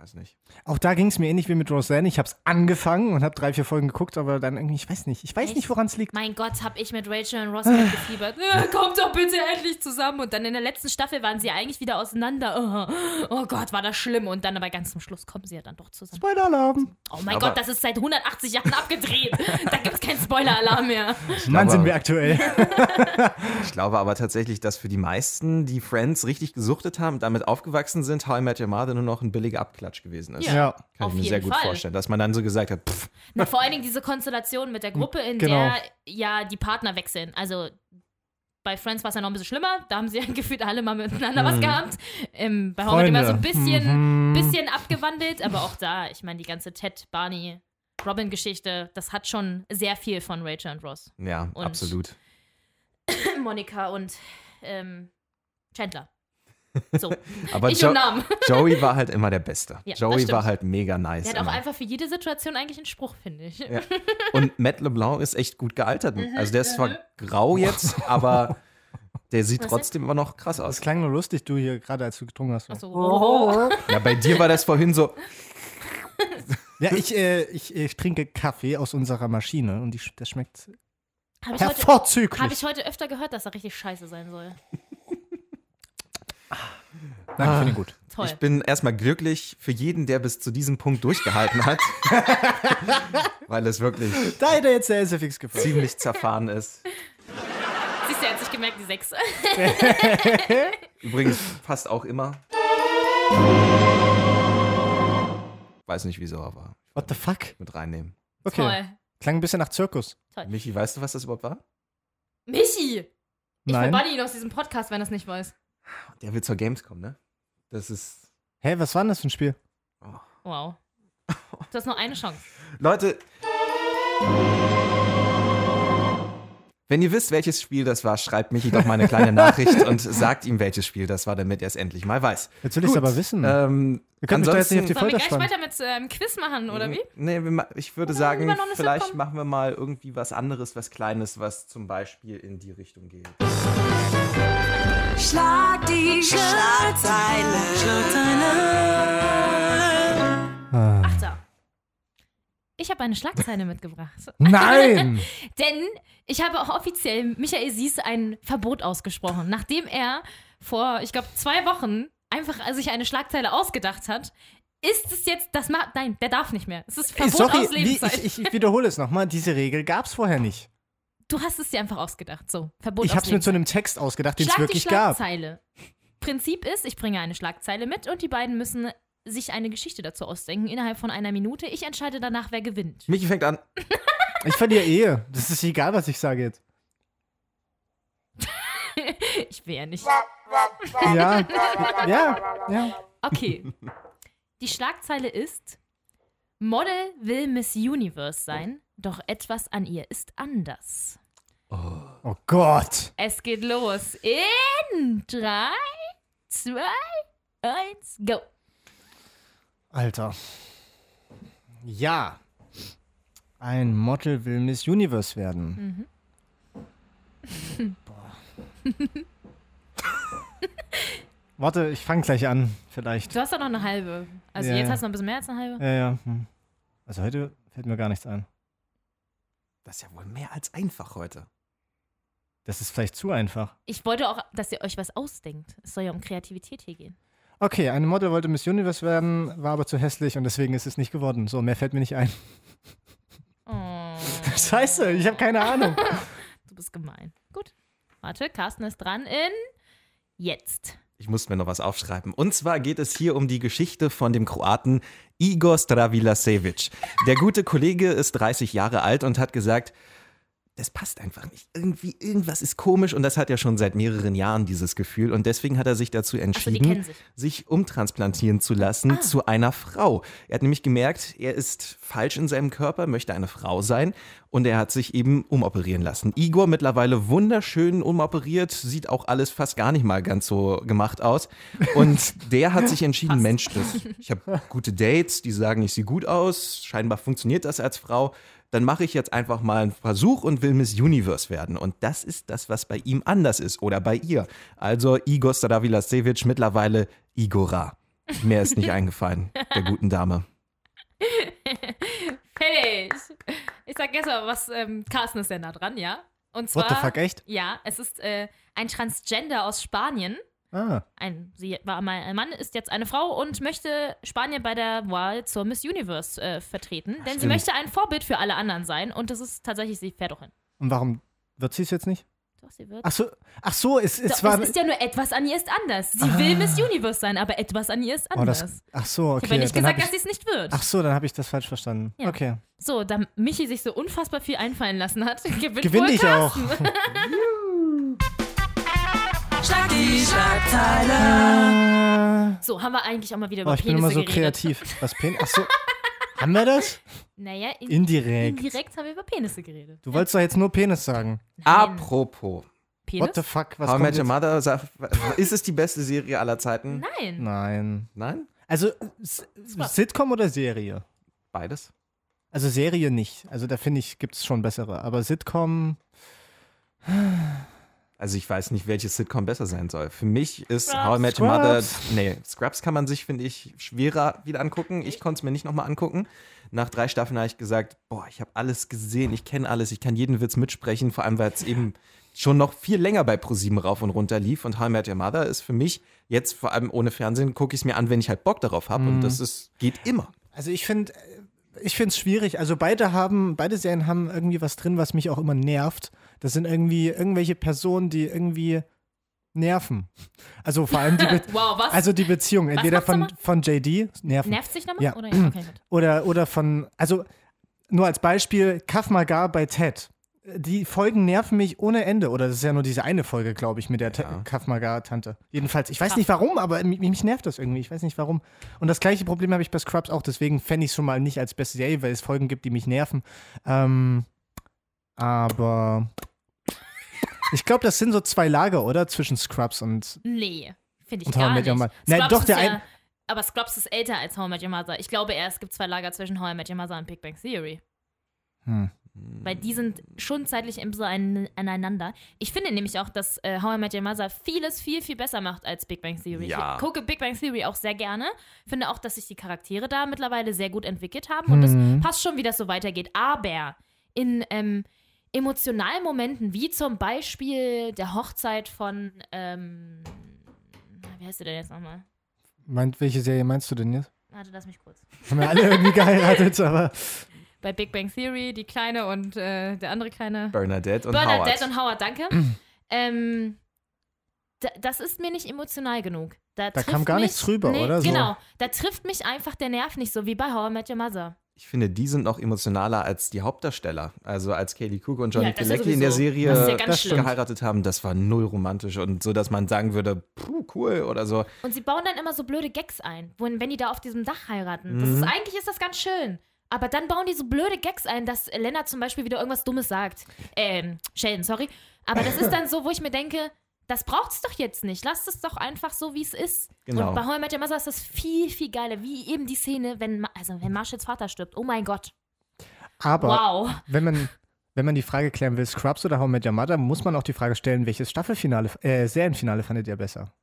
B: weiß nicht.
D: Auch da ging es mir ähnlich wie mit Roseanne. Ich habe es angefangen und habe drei, vier Folgen geguckt, aber dann irgendwie, ich weiß nicht, ich weiß
C: Echt?
D: nicht, woran es liegt.
C: Mein Gott, hab ich mit Rachel und Ross mitgefiebert. Äh, kommt doch bitte endlich zusammen. Und dann in der letzten Staffel waren sie eigentlich wieder auseinander. Oh, oh Gott, war das schlimm. Und dann aber ganz zum Schluss kommen sie ja dann doch zusammen.
D: Spoiler-Alarm.
C: Oh mein
B: Aber-
C: Gott, das ist seit 180 Jahren abgedreht. da gibt's keinen Spoiler-Alarm mehr.
D: Mann,
B: glaube-
D: sind wir aktuell.
B: Ich glaube aber tatsächlich, dass für die meisten, die Friends richtig gesuchtet haben, damit aufgewachsen sind, How I Met Your Mother nur noch ein billiger Abklatsch gewesen ist.
C: <laughs> Ja.
D: ja.
B: Kann
C: Auf
B: ich mir
C: jeden
B: sehr gut
C: Fall.
B: vorstellen, dass man dann so gesagt hat, pff,
C: Na, vor allen Dingen diese Konstellation mit der Gruppe, in
D: Genau.
C: der ja die Partner wechseln. Also bei Friends war es ja noch ein bisschen schlimmer. Da haben sie <laughs> ja gefühlt alle mal miteinander was gehabt. Ähm, bei Howard immer so ein bisschen,
D: Mhm.
C: bisschen abgewandelt. Aber auch da, ich meine, die ganze Ted, Barney, Robin-Geschichte, das hat schon sehr viel von Rachel und Ross.
B: ja,
C: Und-
B: absolut.
C: <laughs> Monika und ähm, Chandler.
B: <laughs>
C: So,
B: Aber
C: ich
B: Jo- <laughs>
C: und Namen.
B: Joey war halt immer der Beste.
C: <laughs> Ja, das
B: Joey war
C: stimmt.
B: halt mega nice.
C: Der hat auch
B: immer.
C: einfach für jede Situation eigentlich einen Spruch, finde ich.
B: Ja. Und Matt LeBlanc ist echt gut gealtert.
C: Mhm,
B: Also der ist zwar grau jetzt, aber der sieht
C: Was denn?
B: trotzdem immer noch krass
D: Das
B: aus.
D: klang nur lustig, du hier, gerade als du getrunken hast.
C: So.
B: Ja, bei dir war das vorhin so,
D: Ja, ich, äh, ich, ich trinke Kaffee aus unserer Maschine und die, sch- das schmeckt
C: Hab ich heute- Habe
D: hervorzüglich.
C: ich heute öfter gehört, dass er richtig scheiße sein soll.
D: Nein, ich finde ihn gut.
C: Toll.
B: ah, Ich bin erstmal glücklich für jeden, der bis zu diesem Punkt durchgehalten
C: <laughs>
B: hat, weil es wirklich
D: Da hätte jetzt der SFX gefallen.
B: ziemlich zerfahren ist.
C: Siehst du, er hat sich gemerkt, die Sechs. <laughs>
B: Übrigens fast auch immer. Weiß nicht wieso, aber
D: What the fuck?
B: mit reinnehmen.
D: Okay.
C: Toll.
D: Klang ein bisschen nach Zirkus.
B: Michi, weißt du, was das überhaupt war?
C: Michi! Ich
D: Nein.
C: verbanne ihn aus diesem Podcast, wenn er es nicht weiß.
B: Der will zur Gamescom, ne? Das ist.
D: Hä, was war denn das für ein Spiel?
C: Wow. Du hast noch eine Chance.
B: Leute, Wenn ihr wisst, welches Spiel das war, schreibt Michi doch mal eine
D: <laughs>
B: kleine Nachricht und sagt ihm, welches Spiel das war, damit er es endlich mal weiß.
D: Jetzt will ich es aber wissen.
B: Ähm,
D: Ihr könnt mich doch jetzt nicht auf die
C: Sollen wir
D: Folter
C: gleich
D: spannen.
C: weiter mit ähm, Quiz machen,
B: Mhm.
C: oder wie?
B: Nee, wir ma- ich würde
C: Oder
B: sagen,
C: lieber noch eine
B: vielleicht
C: Sitcom?
B: machen wir mal irgendwie was anderes, was Kleines, was zum Beispiel in die Richtung geht.
E: Schlag die Schlagzeile.
D: Ah.
C: So. Ich habe eine Schlagzeile mitgebracht.
D: Nein!
C: <laughs> Denn ich habe auch offiziell Michael Sies ein Verbot ausgesprochen, nachdem er vor, ich glaube, zwei Wochen einfach sich eine Schlagzeile ausgedacht hat. Ist es jetzt, das macht, nein, der darf nicht mehr. Es ist Verbot
D: Sorry,
C: aus
D: wie,
C: Lebenszeit.
D: ich, ich, ich wiederhole es nochmal. Diese Regel gab es vorher nicht.
C: du hast es dir einfach ausgedacht, so. Verbot
D: Ich
C: aus
D: habe es mir zu
C: Lebenszeit.
D: einem Text ausgedacht, den es
C: Schlag
D: wirklich
C: die
D: gab.
C: Schlagzeile. Prinzip ist, ich bringe eine Schlagzeile mit und die beiden müssen sich eine Geschichte dazu ausdenken innerhalb von einer Minute. Ich entscheide danach, wer gewinnt.
B: Michi fängt an.
D: Ich verliere eh. Das ist egal, was ich sage jetzt.
C: Ich will ja nicht.
D: Ja,
C: <laughs>
D: ja, ja.
C: Okay.
D: <laughs>
C: Die Schlagzeile ist: Model will Miss Universe sein, doch etwas an ihr ist anders.
D: Oh Gott.
C: Es geht los. In drei, zwei, eins, go.
D: Alter. Ja. Ein Model will Miss Universe werden. Boah. Warte, ich fange gleich an, vielleicht.
C: Du hast doch noch eine halbe. Also
D: Ja,
C: jetzt
D: ja.
C: hast du noch ein bisschen mehr als eine halbe.
D: Ja, ja. hm. Also heute fällt mir gar nichts ein.
B: Das ist ja wohl mehr als einfach heute.
D: Das ist vielleicht zu einfach.
C: Ich wollte auch, dass ihr euch was ausdenkt. Es soll ja um Kreativität hier gehen.
D: Okay, eine Model wollte Miss Universe werden, war aber zu hässlich und deswegen ist es nicht geworden. So, mehr fällt mir nicht ein. <laughs>
C: Oh,
D: Scheiße, ich habe keine Ahnung.
C: du bist gemein. Gut. Warte, Carsten ist dran in jetzt.
B: Ich musste mir noch was aufschreiben. Und zwar geht es hier um die Geschichte von dem Kroaten Igor Stravilasevic. Der gute Kollege ist 30 Jahre alt und hat gesagt, das passt einfach nicht. Irgendwie, irgendwas ist komisch und das hat er schon seit mehreren Jahren dieses Gefühl. Und deswegen hat er sich dazu
C: die
B: entschieden,
C: kennen sich.
B: sich umtransplantieren zu lassen zu einer Frau. Er hat nämlich gemerkt, er ist falsch in seinem Körper, möchte eine Frau sein und er hat sich eben umoperieren lassen. Igor mittlerweile wunderschön umoperiert, sieht auch alles fast gar nicht mal ganz so gemacht aus und der hat sich entschieden, Mensch, das, ich habe gute Dates, die sagen, ich sehe gut aus, scheinbar funktioniert das als Frau. Dann mache ich jetzt einfach mal einen Versuch und will Miss Universe werden. Und das ist das, was bei ihm anders ist oder bei ihr. Also Igor Stadavilasevic mittlerweile Igora. Mehr ist
D: <laughs>
B: nicht eingefallen, der guten Dame.
C: Fertig. Ich sag jetzt mal was, ähm, Carsten ist ja nah dran, ja? Und zwar.
D: What the fuck, echt?
C: Ja, es ist äh, ein Transgender aus Spanien.
D: Ah,
C: Ein, sie war mal ein Mann, ist jetzt eine Frau und möchte Spanien bei der Wahl zur Miss Universe äh, vertreten. denn sie
D: stimmt.
C: möchte ein Vorbild für alle anderen sein und das ist tatsächlich, sie fährt auch hin.
D: und warum wird sie es jetzt nicht?
C: Doch, sie wird.
D: Ach so, ach so es,
C: Doch,
D: es war. Ah.
C: es ist ja nur etwas an ihr ist anders. Sie will Miss Universe sein, aber etwas an ihr ist
D: oh,
C: anders.
D: das, ach so,
C: ich
D: okay.
C: habe ja nicht
D: dann hab
C: gesagt, dass sie
D: ich,
C: es nicht wird.
D: ach so, dann habe ich das falsch verstanden.
C: Ja.
D: Okay.
C: So, da Michi sich so unfassbar viel einfallen lassen hat, <laughs> gewinnt
D: Gewinne
C: wohl
D: ich auch.
E: Schlag die Schlagzeile.
C: So, haben wir eigentlich auch mal wieder über
D: <laughs> Oh, ich bin
C: Penisse
D: immer so
C: geredet.
D: kreativ. Was Pen? Ach so. Haben wir das?
C: Naja, in,
D: Indirekt.
C: indirekt haben wir über Penisse geredet.
D: Du wolltest doch jetzt nur Penis sagen.
B: Apropos,
C: Penis?
D: What the fuck? Was
B: How I
D: kommt
B: Met
D: jetzt?
B: Your Mother, sa- ist es die beste Serie aller Zeiten?
C: Nein.
D: Nein.
B: Nein?
D: Also, S Sitcom oder Serie?
B: Beides?
D: Also Serie nicht. Also da finde ich, gibt es schon bessere. Aber Sitcom,
B: Also ich weiß nicht, welches Sitcom besser sein soll. Für mich ist How I Met Your Mother... Nee, Scrubs kann man sich, finde ich, schwerer wieder angucken. Ich konnte es mir nicht nochmal angucken. Nach drei Staffeln habe ich gesagt, boah, ich habe alles gesehen, ich kenne alles, ich kann jeden Witz mitsprechen. Vor allem, weil es eben schon noch viel länger bei ProSieben rauf und runter lief. Und How I Met Your Mother ist für mich jetzt, vor allem ohne Fernsehen, gucke ich es mir an, wenn ich halt Bock darauf habe.
C: Mhm.
B: Und das ist, geht immer.
D: also ich finde, ich finde es schwierig. Also beide haben, beide Serien haben irgendwie was drin, was mich auch immer nervt. Das sind irgendwie irgendwelche Personen, die irgendwie nerven. Also vor
C: <laughs>
D: allem die, Be
C: Wow, was?
D: also die Beziehung. Entweder
C: macht's
D: von,
C: nochmal?
D: von JD, nerven.
C: Nervt sich nochmal?
D: Ja.
C: Oder ja? Okay, gut.
D: Oder, oder von, also nur als Beispiel, Kaff Magar bei Ted. Die Folgen nerven mich ohne Ende. Oder das ist ja nur diese eine Folge, glaube ich, mit der ja. Kaff Magar-Tante. Jedenfalls, ich weiß nicht warum, aber mich, mich nervt das irgendwie. Ich weiß nicht warum. Und das gleiche Problem habe ich bei Scrubs auch. Deswegen fände ich es schon mal nicht als beste Serie, weil es Folgen gibt, die mich nerven. Ähm, aber Ich glaube, das sind so zwei Lager, oder? Zwischen Scrubs und.
C: Nee, finde ich
D: Und How I
C: gar
D: Met
C: nicht.
D: Your Mother. Nein, doch, der
C: ist
D: ein-
C: ja, aber Scrubs ist älter als How I Met Your Mother. Ich glaube eher, es gibt zwei Lager zwischen How I Met Your Mother und Big Bang Theory.
D: Hm.
C: Weil die sind schon zeitlich im so ein, aneinander. Ich finde nämlich auch, dass äh, How I Met Your Mother vieles viel, viel besser macht als Big Bang Theory.
B: Ja.
C: Ich gucke Big Bang Theory auch sehr gerne. Finde auch, dass sich die Charaktere da mittlerweile sehr gut entwickelt haben. Und es passt schon, wie das so weitergeht. Aber in ähm, emotionalen Momenten, wie zum Beispiel der Hochzeit von, ähm, wie heißt sie denn jetzt nochmal?
D: Meint, welche Serie meinst du denn jetzt?
C: Warte, lass mich kurz.
D: Haben wir alle irgendwie geheiratet, aber.
C: Bei Big Bang Theory, die Kleine und äh, der andere Kleine.
B: Bernadette und
C: Bernadette
B: Howard.
C: und
B: <clears throat>
C: Howard, danke. ähm, da, das ist mir nicht emotional genug. Da,
D: Da
C: trifft
D: kam gar
C: mich,
D: nichts rüber, oder? So.
C: Genau, da trifft mich einfach der Nerv nicht so wie bei How I Met Your Mother.
B: ich finde, die sind noch emotionaler als die Hauptdarsteller. Also als Kaylee Cook und Johnny
C: Ja, das ist
B: Galecki in der
C: sowieso-
B: Serie
C: das ist ja ganz
D: das
C: schlimm.
D: stimmt.
B: geheiratet haben, das war null romantisch und so, dass man sagen würde, puh, cool oder so.
C: Und sie bauen dann immer so blöde Gags ein, wo, wenn die da auf diesem Dach heiraten.
D: Mhm.
C: Das ist, eigentlich ist das ganz schön. Aber dann bauen die so blöde Gags ein, dass Lennart zum Beispiel wieder irgendwas Dummes sagt. Ähm, Sheldon, sorry. Aber das ist dann so, wo ich mir denke, das braucht's doch jetzt nicht. Lasst es doch einfach so, wie es ist.
B: Genau.
C: Und bei How I Met Your Mother ist das viel, viel geiler. Wie eben die Szene, wenn, Ma- also wenn Marshalls Vater stirbt. Oh mein Gott.
D: Aber
C: Wow.
D: wenn, man, wenn man die Frage klären will, Scrubs oder How I Met Your Mother, muss man auch die Frage stellen, welches Staffelfinale, äh, Serienfinale fandet ihr besser?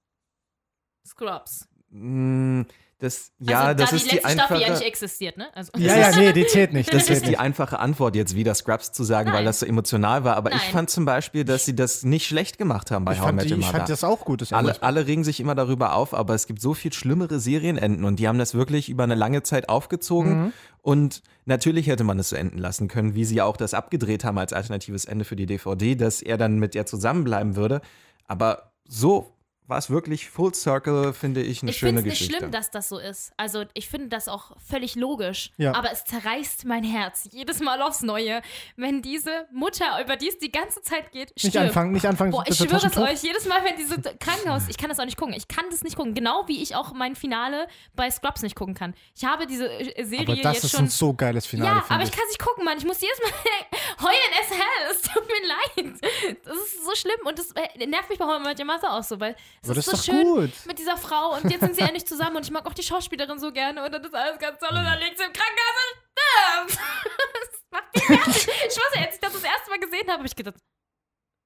C: Scrubs.
B: Mm, Das, ja,
C: also,
B: das
C: da
B: ist
C: die
B: die
C: letzte Staffel ja
B: einfache.
C: nicht existiert, ne? Also, <laughs>
D: Ja, ja, nee, die zählt nicht.
B: Das
D: zählt
B: ist die einfache Antwort jetzt wieder Scrubs zu sagen, weil
C: Nein.
B: das so emotional war. Aber ich
C: Nein.
B: fand zum Beispiel, dass sie das nicht schlecht gemacht haben bei
D: Ich
B: How I
D: fand,
B: Met
D: die,
B: Your
D: ich
B: Mother.
D: fand das auch gut. Das
B: alle, alle regen sich immer darüber auf, aber es gibt so viel schlimmere Serienenden und die haben das wirklich über eine lange Zeit aufgezogen. Und natürlich hätte man es so enden lassen können, wie sie auch das abgedreht haben als alternatives Ende für die DVD, dass er dann mit ihr zusammenbleiben würde. Aber so war es wirklich Full Circle, finde ich, eine
C: ich
B: schöne
C: finde es nicht
B: Geschichte.
C: schlimm, dass das so ist. Also ich finde das auch völlig logisch.
D: Ja.
C: Aber es zerreißt mein Herz jedes Mal aufs Neue, wenn diese Mutter, über die es die ganze Zeit geht, stirbt.
D: nicht anfangen, nicht anfangen.
C: Boah, ich
D: bitte
C: schwöre es
D: Taschentuch.
C: euch, jedes Mal, wenn diese Krankenhaus, ich kann das auch nicht gucken, ich kann das nicht gucken, genau wie ich auch mein Finale bei Scrubs nicht gucken kann. Ich habe diese äh, Serie
D: Aber das
C: jetzt
D: ist
C: schon
D: ein so geiles Finale.
C: ja, aber
D: finde
C: ich kann es nicht gucken, Mann. Ich muss jedes Mal <laughs> heulen as hell. Es tut mir leid. Das ist so schlimm und das äh, nervt mich bei Heulen mit Masse auch so, weil es
D: Aber
C: ist,
D: das
C: so
D: ist doch
C: schön
D: gut.
C: mit dieser Frau und jetzt sind sie endlich zusammen und ich mag auch die Schauspielerin so gerne und dann ist alles ganz toll und dann liegt sie im Krankenhaus und stirbt. <laughs> Das macht mich fertig. Ich weiß, nicht, als ich das das erste Mal gesehen habe, habe ich gedacht,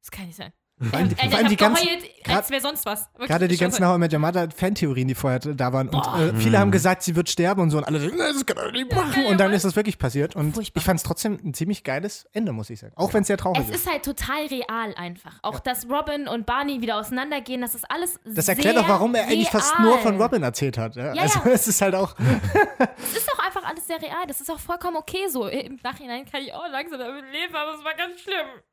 C: das kann nicht sein. Äh, Ich
D: allem die-
C: hab- Alter,
D: vor allem die
C: ich habe
D: ganzen-
C: geheult,
D: grad-
C: als wäre sonst was. Wirklich,
D: Gerade die
C: ich schwör's
D: ganzen
C: euch.
D: How I Met Your Mother Fantheorien, die vorher da waren. Und äh, viele
B: Mhm.
D: haben gesagt, sie wird sterben und so. Und alle so, "Nee, das kann doch nicht machen. Und dann ist das wirklich passiert. Und
C: Furchtbar.
D: ich fand es trotzdem ein ziemlich geiles Ende, muss ich sagen. Auch wenn es sehr traurig
C: Es
D: ist.
C: ist halt total real einfach. Auch dass Robin und Barney wieder auseinandergehen, das ist alles
D: Das erklärt
C: sehr
D: auch, warum er eigentlich
C: real.
D: fast nur von Robin erzählt hat. Ja?
C: Ja,
D: also
C: ja.
D: <laughs> es ist halt auch.
C: Es ist auch einfach alles sehr real. Das ist auch vollkommen okay so. Im Nachhinein kann ich auch langsam damit leben, aber es war ganz schlimm.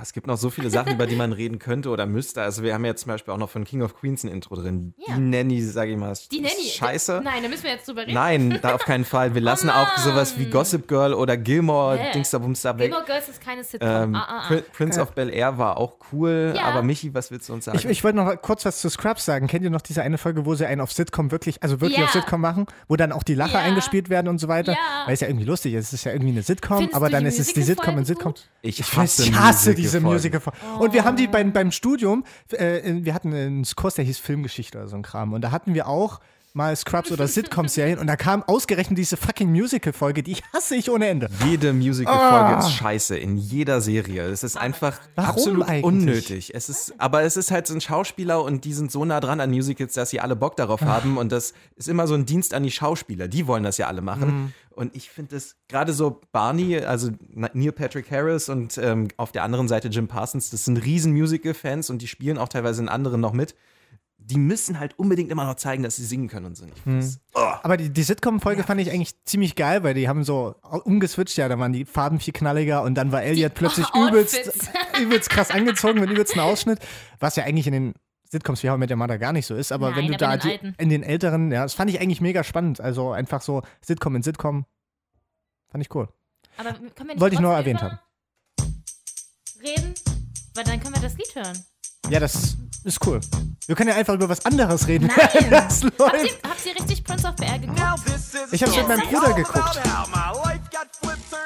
B: Es gibt noch so viele Sachen, über die man reden könnte oder müsste. Also wir haben jetzt zum Beispiel auch noch von King of Queens ein Intro drin.
C: Ja.
B: Die Nanny, sag ich mal, ist
C: Die Nanny.
B: scheiße.
C: Nein, da müssen wir jetzt drüber reden.
B: Nein, da auf keinen Fall. Wir
C: Oh
B: lassen auch sowas wie Gossip Girl oder Gilmore,
C: Nee.
B: Dingsda-Bumsda weg.
C: Gilmore Girls ist keine Sitcom.
B: Ähm,
C: ah, ah, ah.
B: Pri- Prince of Bel Air war auch cool,
C: Ja.
B: aber Michi, was willst du uns sagen?
D: Ich, ich wollte noch kurz was zu Scrubs sagen. Kennt ihr noch diese eine Folge, wo sie einen auf Sitcom wirklich, also wirklich
C: Ja.
D: auf Sitcom machen, wo dann auch die Lacher
C: Ja.
D: eingespielt werden und so weiter?
C: Ja.
D: Weil es ja irgendwie lustig ist. Es ist ja irgendwie eine Sitcom,
C: Findest
D: aber
C: du
D: dann
C: die
D: ist es die Sitcom in
C: Musical-Folgen
D: Sitcom.
C: gut? Oh.
B: Ich
D: ich hasse diese
B: Musical-Folgen.
D: Musical-Folgen. Und wir haben die beim, beim Studium, äh, in- wir hatten einen Kurs, der hieß Filmgeschichte oder so ein Kram. Und da hatten wir auch mal Scrubs
C: <laughs>
D: oder Sitcom-Serien und da kam ausgerechnet diese fucking Musical-Folge, die ich hasse ich ohne Ende.
B: Jede Musical-Folge ist scheiße in jeder Serie. Es ist einfach
D: Ah. Warum
B: absolut
D: eigentlich?
B: unnötig. Es ist, aber es ist halt so ein Schauspieler und die sind so nah dran an Musicals, dass sie alle Bock darauf
D: Ah.
B: haben und das ist immer so ein Dienst an die Schauspieler. Die wollen das ja alle
D: Mhm.
B: machen. Und ich finde es gerade so Barney, also Na- Neil Patrick Harris und ähm, auf der anderen Seite Jim Parsons, das sind riesen Musical-Fans und die spielen auch teilweise in anderen noch mit. Die müssen halt unbedingt immer noch zeigen, dass sie singen können und so. Ich finde
D: Mhm.
B: es
D: Aber die, die Sitcom-Folge fand ich eigentlich ziemlich geil, weil die haben so umgeswitcht, ja, da waren die Farben viel knalliger und dann war Elliot plötzlich
C: <laughs> oh,
D: übelst,
C: Outfits.
D: <laughs> übelst krass angezogen mit übelsten Ausschnitt, was ja eigentlich in den Sitcoms wie How I Met Your Mother gar nicht so ist, aber
C: Nein,
D: wenn du
C: aber
D: da
C: in den
D: die,
C: alten.
D: in den älteren, ja, das fand ich eigentlich mega spannend, also einfach so Sitcom in Sitcom, fand ich cool.
C: Aber können wir nicht
D: Wollte ich nur
C: trotzdem
D: erwähnt
C: über Reden, weil dann können wir das Lied hören.
D: Ja, das ist cool. Wir können ja einfach über was anderes reden. <laughs>
C: Nein.
D: Das
C: Habt
D: läuft.
C: ihr, habt ihr richtig Prince of Bel-Air geguckt?
D: Ich hab's mit meinem Bruder geguckt.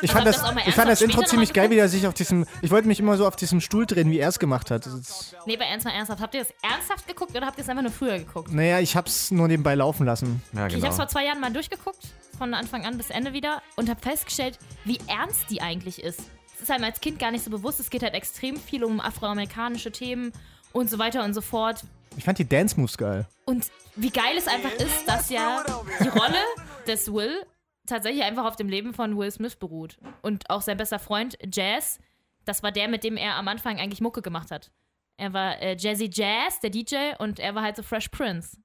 D: Ich fand
C: Kommt
D: das,
C: das auch mal
D: ich fand
C: ernsthaft
D: das Intro
C: später
D: ziemlich
C: noch
D: geil,
C: mal
D: wie er sich auf diesem. Ich wollte mich immer so auf diesem Stuhl drehen, wie er es gemacht hat. Das ist,
C: Nee, bei Ernst mal ernsthaft. Habt ihr das ernsthaft geguckt oder habt ihr es einfach nur früher geguckt?
D: naja, ich hab's nur nebenbei laufen lassen.
B: Ja,
C: Ich habe vor
B: genau.
C: zwei Jahren mal durchgeguckt, von Anfang an bis Ende wieder, und habe festgestellt, wie ernst die eigentlich ist. Es ist einem als Kind gar nicht so bewusst. Es geht halt extrem viel um afroamerikanische Themen und so weiter und so fort.
D: Ich fand die Dance Moves geil.
C: Und wie geil es einfach ist, dass ja die Rolle des Will tatsächlich einfach auf dem Leben von Will Smith beruht. Und auch sein bester Freund Jazz, das war der, mit dem er am Anfang eigentlich Mucke gemacht hat. Er war äh, Jazzy Jazz, der DJ, und er war halt so Fresh Prince.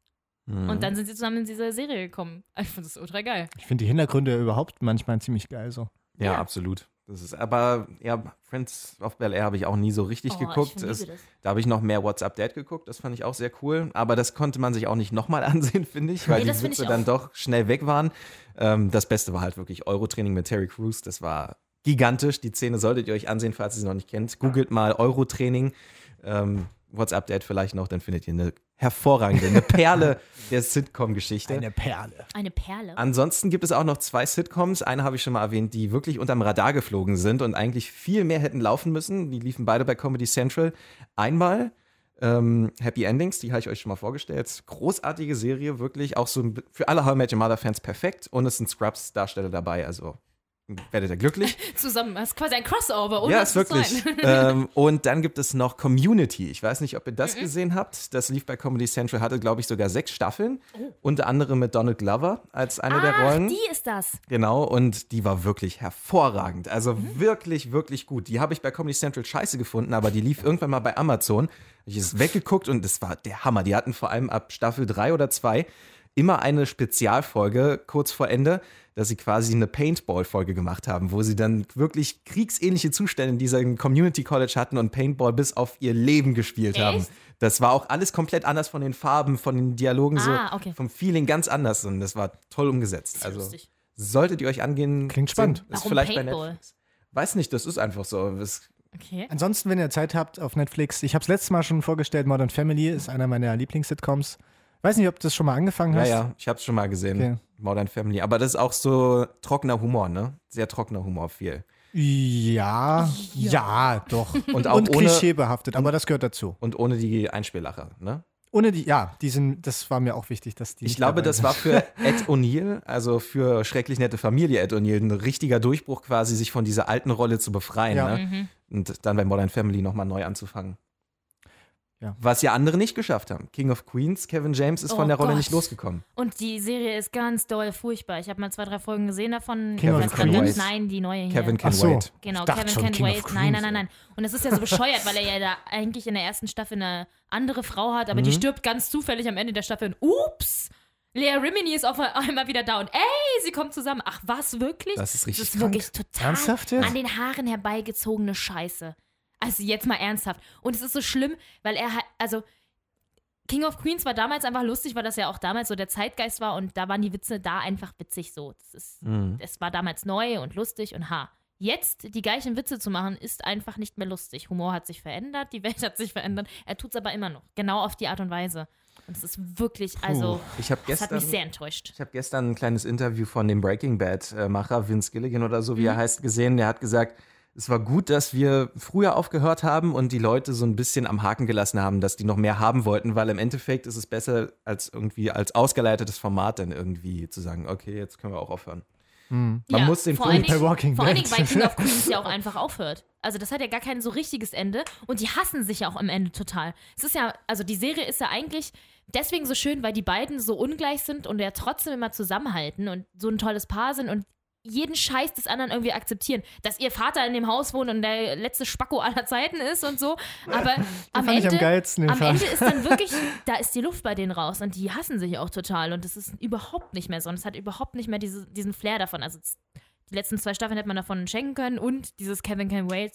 B: Mhm.
C: Und dann sind sie zusammen in diese Serie gekommen. Ich finde das ultra geil.
D: Ich finde die Hintergründe überhaupt manchmal ziemlich geil so.
B: Ja, absolut. Das ist, aber ja, Friends of Bel Air habe ich auch nie so richtig
C: Oh, ich
B: geguckt.
C: liebe
B: Es-
C: das.
B: da habe ich noch mehr WhatsApp Dad geguckt, das fand ich auch sehr cool. Aber das konnte man sich auch nicht nochmal <laughs> ansehen, finde ich, weil
C: Nee, das
B: die
C: finde ich
B: Witze
C: auch.
B: dann doch schnell weg waren. Ähm, das Beste war halt wirklich Eurotraining mit Terry Crews. Das war gigantisch. Die Szene solltet ihr euch ansehen, falls ihr sie noch nicht kennt. Googelt mal Eurotraining. Ähm, WhatsApp Dad vielleicht noch, dann findet ihr eine hervorragende, eine
C: <laughs>
B: Perle der Sitcom-Geschichte.
D: Perle.
C: Eine Perle.
B: Ansonsten gibt es auch noch zwei Sitcoms. Eine habe ich schon mal erwähnt, die wirklich unterm Radar geflogen sind und eigentlich viel mehr hätten laufen müssen. Die liefen beide bei Comedy Central. Einmal ähm, Happy Endings, die habe ich euch schon mal vorgestellt. Großartige Serie, wirklich auch so ein- für alle How I Met Your Mother Fans perfekt. Und es sind Scrubs-Darsteller dabei, also werdet ihr glücklich.
C: <laughs> Zusammen. Das ist quasi ein Crossover, oder?
B: ja, ist wirklich.
C: <laughs>
B: ähm, und dann gibt es noch Community. Ich weiß nicht, ob ihr
C: Mhm.
B: das gesehen habt. Das lief bei Comedy Central, hatte, glaube ich, sogar sechs Staffeln. Unter anderem mit Donald Glover als eine der
C: Oh. Ach,
B: Rollen.
C: die ist das.
B: Genau, und die war wirklich hervorragend. Also
C: Mhm.
B: wirklich, wirklich gut. Die habe ich bei Comedy Central scheiße gefunden, aber die lief irgendwann mal bei Amazon. Ich ist weggeguckt und das war der Hammer. Die hatten vor allem ab Staffel 3 oder 2 immer eine Spezialfolge kurz vor Ende, dass sie quasi eine Paintball-Folge gemacht haben, wo sie dann wirklich kriegsähnliche Zustände in diesem Community College hatten und Paintball bis auf ihr Leben gespielt haben.
C: Echt?
B: Das war auch alles komplett anders von den Farben, von den Dialogen,
C: Ah,
B: so
C: okay.
B: vom Feeling ganz anders und das war toll umgesetzt. Also
C: lustig.
B: Solltet ihr euch angehen.
D: Klingt
B: sehen,
D: spannend.
B: Ist
C: Warum
B: vielleicht bei
C: Paintball?
B: Netflix. Weiß nicht, das ist einfach so. Es,
C: Okay.
D: Ansonsten, wenn ihr Zeit habt auf Netflix, ich hab's letztes Mal schon vorgestellt, Modern Family ist einer meiner Lieblings-Sitcoms. Weiß nicht, ob du das schon mal angefangen
B: Ah ja,
D: hast.
B: ja, ich hab's schon mal gesehen.
D: Okay.
B: Modern Family. Aber das ist auch so trockener Humor, ne? Sehr trockener Humor viel.
D: Ja, ja, doch.
B: <laughs> Und auch ohne-
D: klischeebehaftet, aber das gehört dazu.
B: Und ohne die Einspiellacher, ne?
D: Ohne die, ja, die sind, das war mir auch wichtig, dass die.
B: Ich
D: nicht
B: glaube,
D: dabei
B: das
D: sind.
B: war
D: <laughs>
B: für Ed O'Neill, also für schrecklich nette Familie Ed O'Neill, ein richtiger Durchbruch quasi, sich von dieser alten Rolle zu befreien,
D: Ja.
B: ne?
C: Mhm.
B: Und dann bei Modern Family nochmal neu anzufangen.
D: Ja.
B: Was ja andere nicht geschafft haben. King of Queens, Kevin James ist
C: Oh
B: von der Rolle
C: Gott.
B: nicht losgekommen.
C: Und die Serie ist ganz doll furchtbar. Ich habe mal zwei, drei Folgen gesehen davon.
D: King
C: Ich
D: of
C: weiß gar nicht-
B: Queens?
C: Nein, die neue hier.
B: Kevin
D: Ach
B: can
D: so.
B: wait.
C: Genau,
D: Ich dachte
C: Kevin
D: schon,
C: Can
D: King of
C: Wait.
D: Queens,
C: Nein, nein, nein,
D: ey.
C: nein. Und es ist ja so bescheuert, weil er ja da eigentlich in der ersten Staffel eine andere Frau hat, aber
D: Mhm.
C: die stirbt ganz zufällig am Ende der Staffel. Und ups! Lea Rimini ist auf einmal wieder da und ey, sie kommen zusammen. Ach, was wirklich?
B: Das ist richtig
C: Das ist wirklich total
D: Ernsthaft jetzt?
C: an den Haaren herbeigezogene Scheiße. Also jetzt mal ernsthaft. Und es ist so schlimm, weil er halt, also King of Queens war damals einfach lustig, weil das ja auch damals so der Zeitgeist war und da waren die Witze da einfach witzig so. Das ist,
B: Mhm.
C: Es war damals neu und lustig und ha. Jetzt die gleichen Witze zu machen, ist einfach nicht mehr lustig. Humor hat sich verändert, die Welt <laughs> hat sich verändert. Er tut es aber immer noch. Genau auf die Art und Weise. Und es ist wirklich, also,
B: Ich habe
C: das hat mich sehr
B: gestern,
C: enttäuscht.
B: ich hab gestern ein kleines Interview von dem Breaking Bad-Macher Vince Gilligan oder so, wie er heißt, gesehen. Der hat gesagt, es war gut, dass wir früher aufgehört haben und die Leute so ein bisschen am Haken gelassen haben, dass die noch mehr haben wollten, weil im Endeffekt ist es besser als irgendwie als ausgeleitetes Format dann irgendwie zu sagen, okay, jetzt können wir auch aufhören. Man muss den
C: vor
B: Film
C: allen
D: bei Walking
C: Dingen, vor allen
D: Dead.
C: Dingen, weil King of Queens
D: <laughs>
C: ja auch einfach aufhört. Also das hat ja gar kein so richtiges Ende und die hassen sich ja auch am Ende total. Es ist ja, also die Serie ist ja eigentlich deswegen so schön, weil die beiden so ungleich sind und ja trotzdem immer zusammenhalten und so ein tolles Paar sind und jeden Scheiß des anderen irgendwie akzeptieren. Dass ihr Vater in dem Haus wohnt und der letzte Spacko aller Zeiten ist und so.
D: <laughs>
C: Aber am
D: fand ich
C: Ende,
D: am geilsten, den
C: am
D: Vater.
C: Ende ist dann
D: <laughs>
C: wirklich, da ist die Luft bei denen raus und die hassen sich auch total und das ist überhaupt nicht mehr so und es hat überhaupt nicht mehr diese, diesen Flair davon. Also es- die letzten zwei Staffeln hätte man davon schenken können und dieses Kevin Can Wait,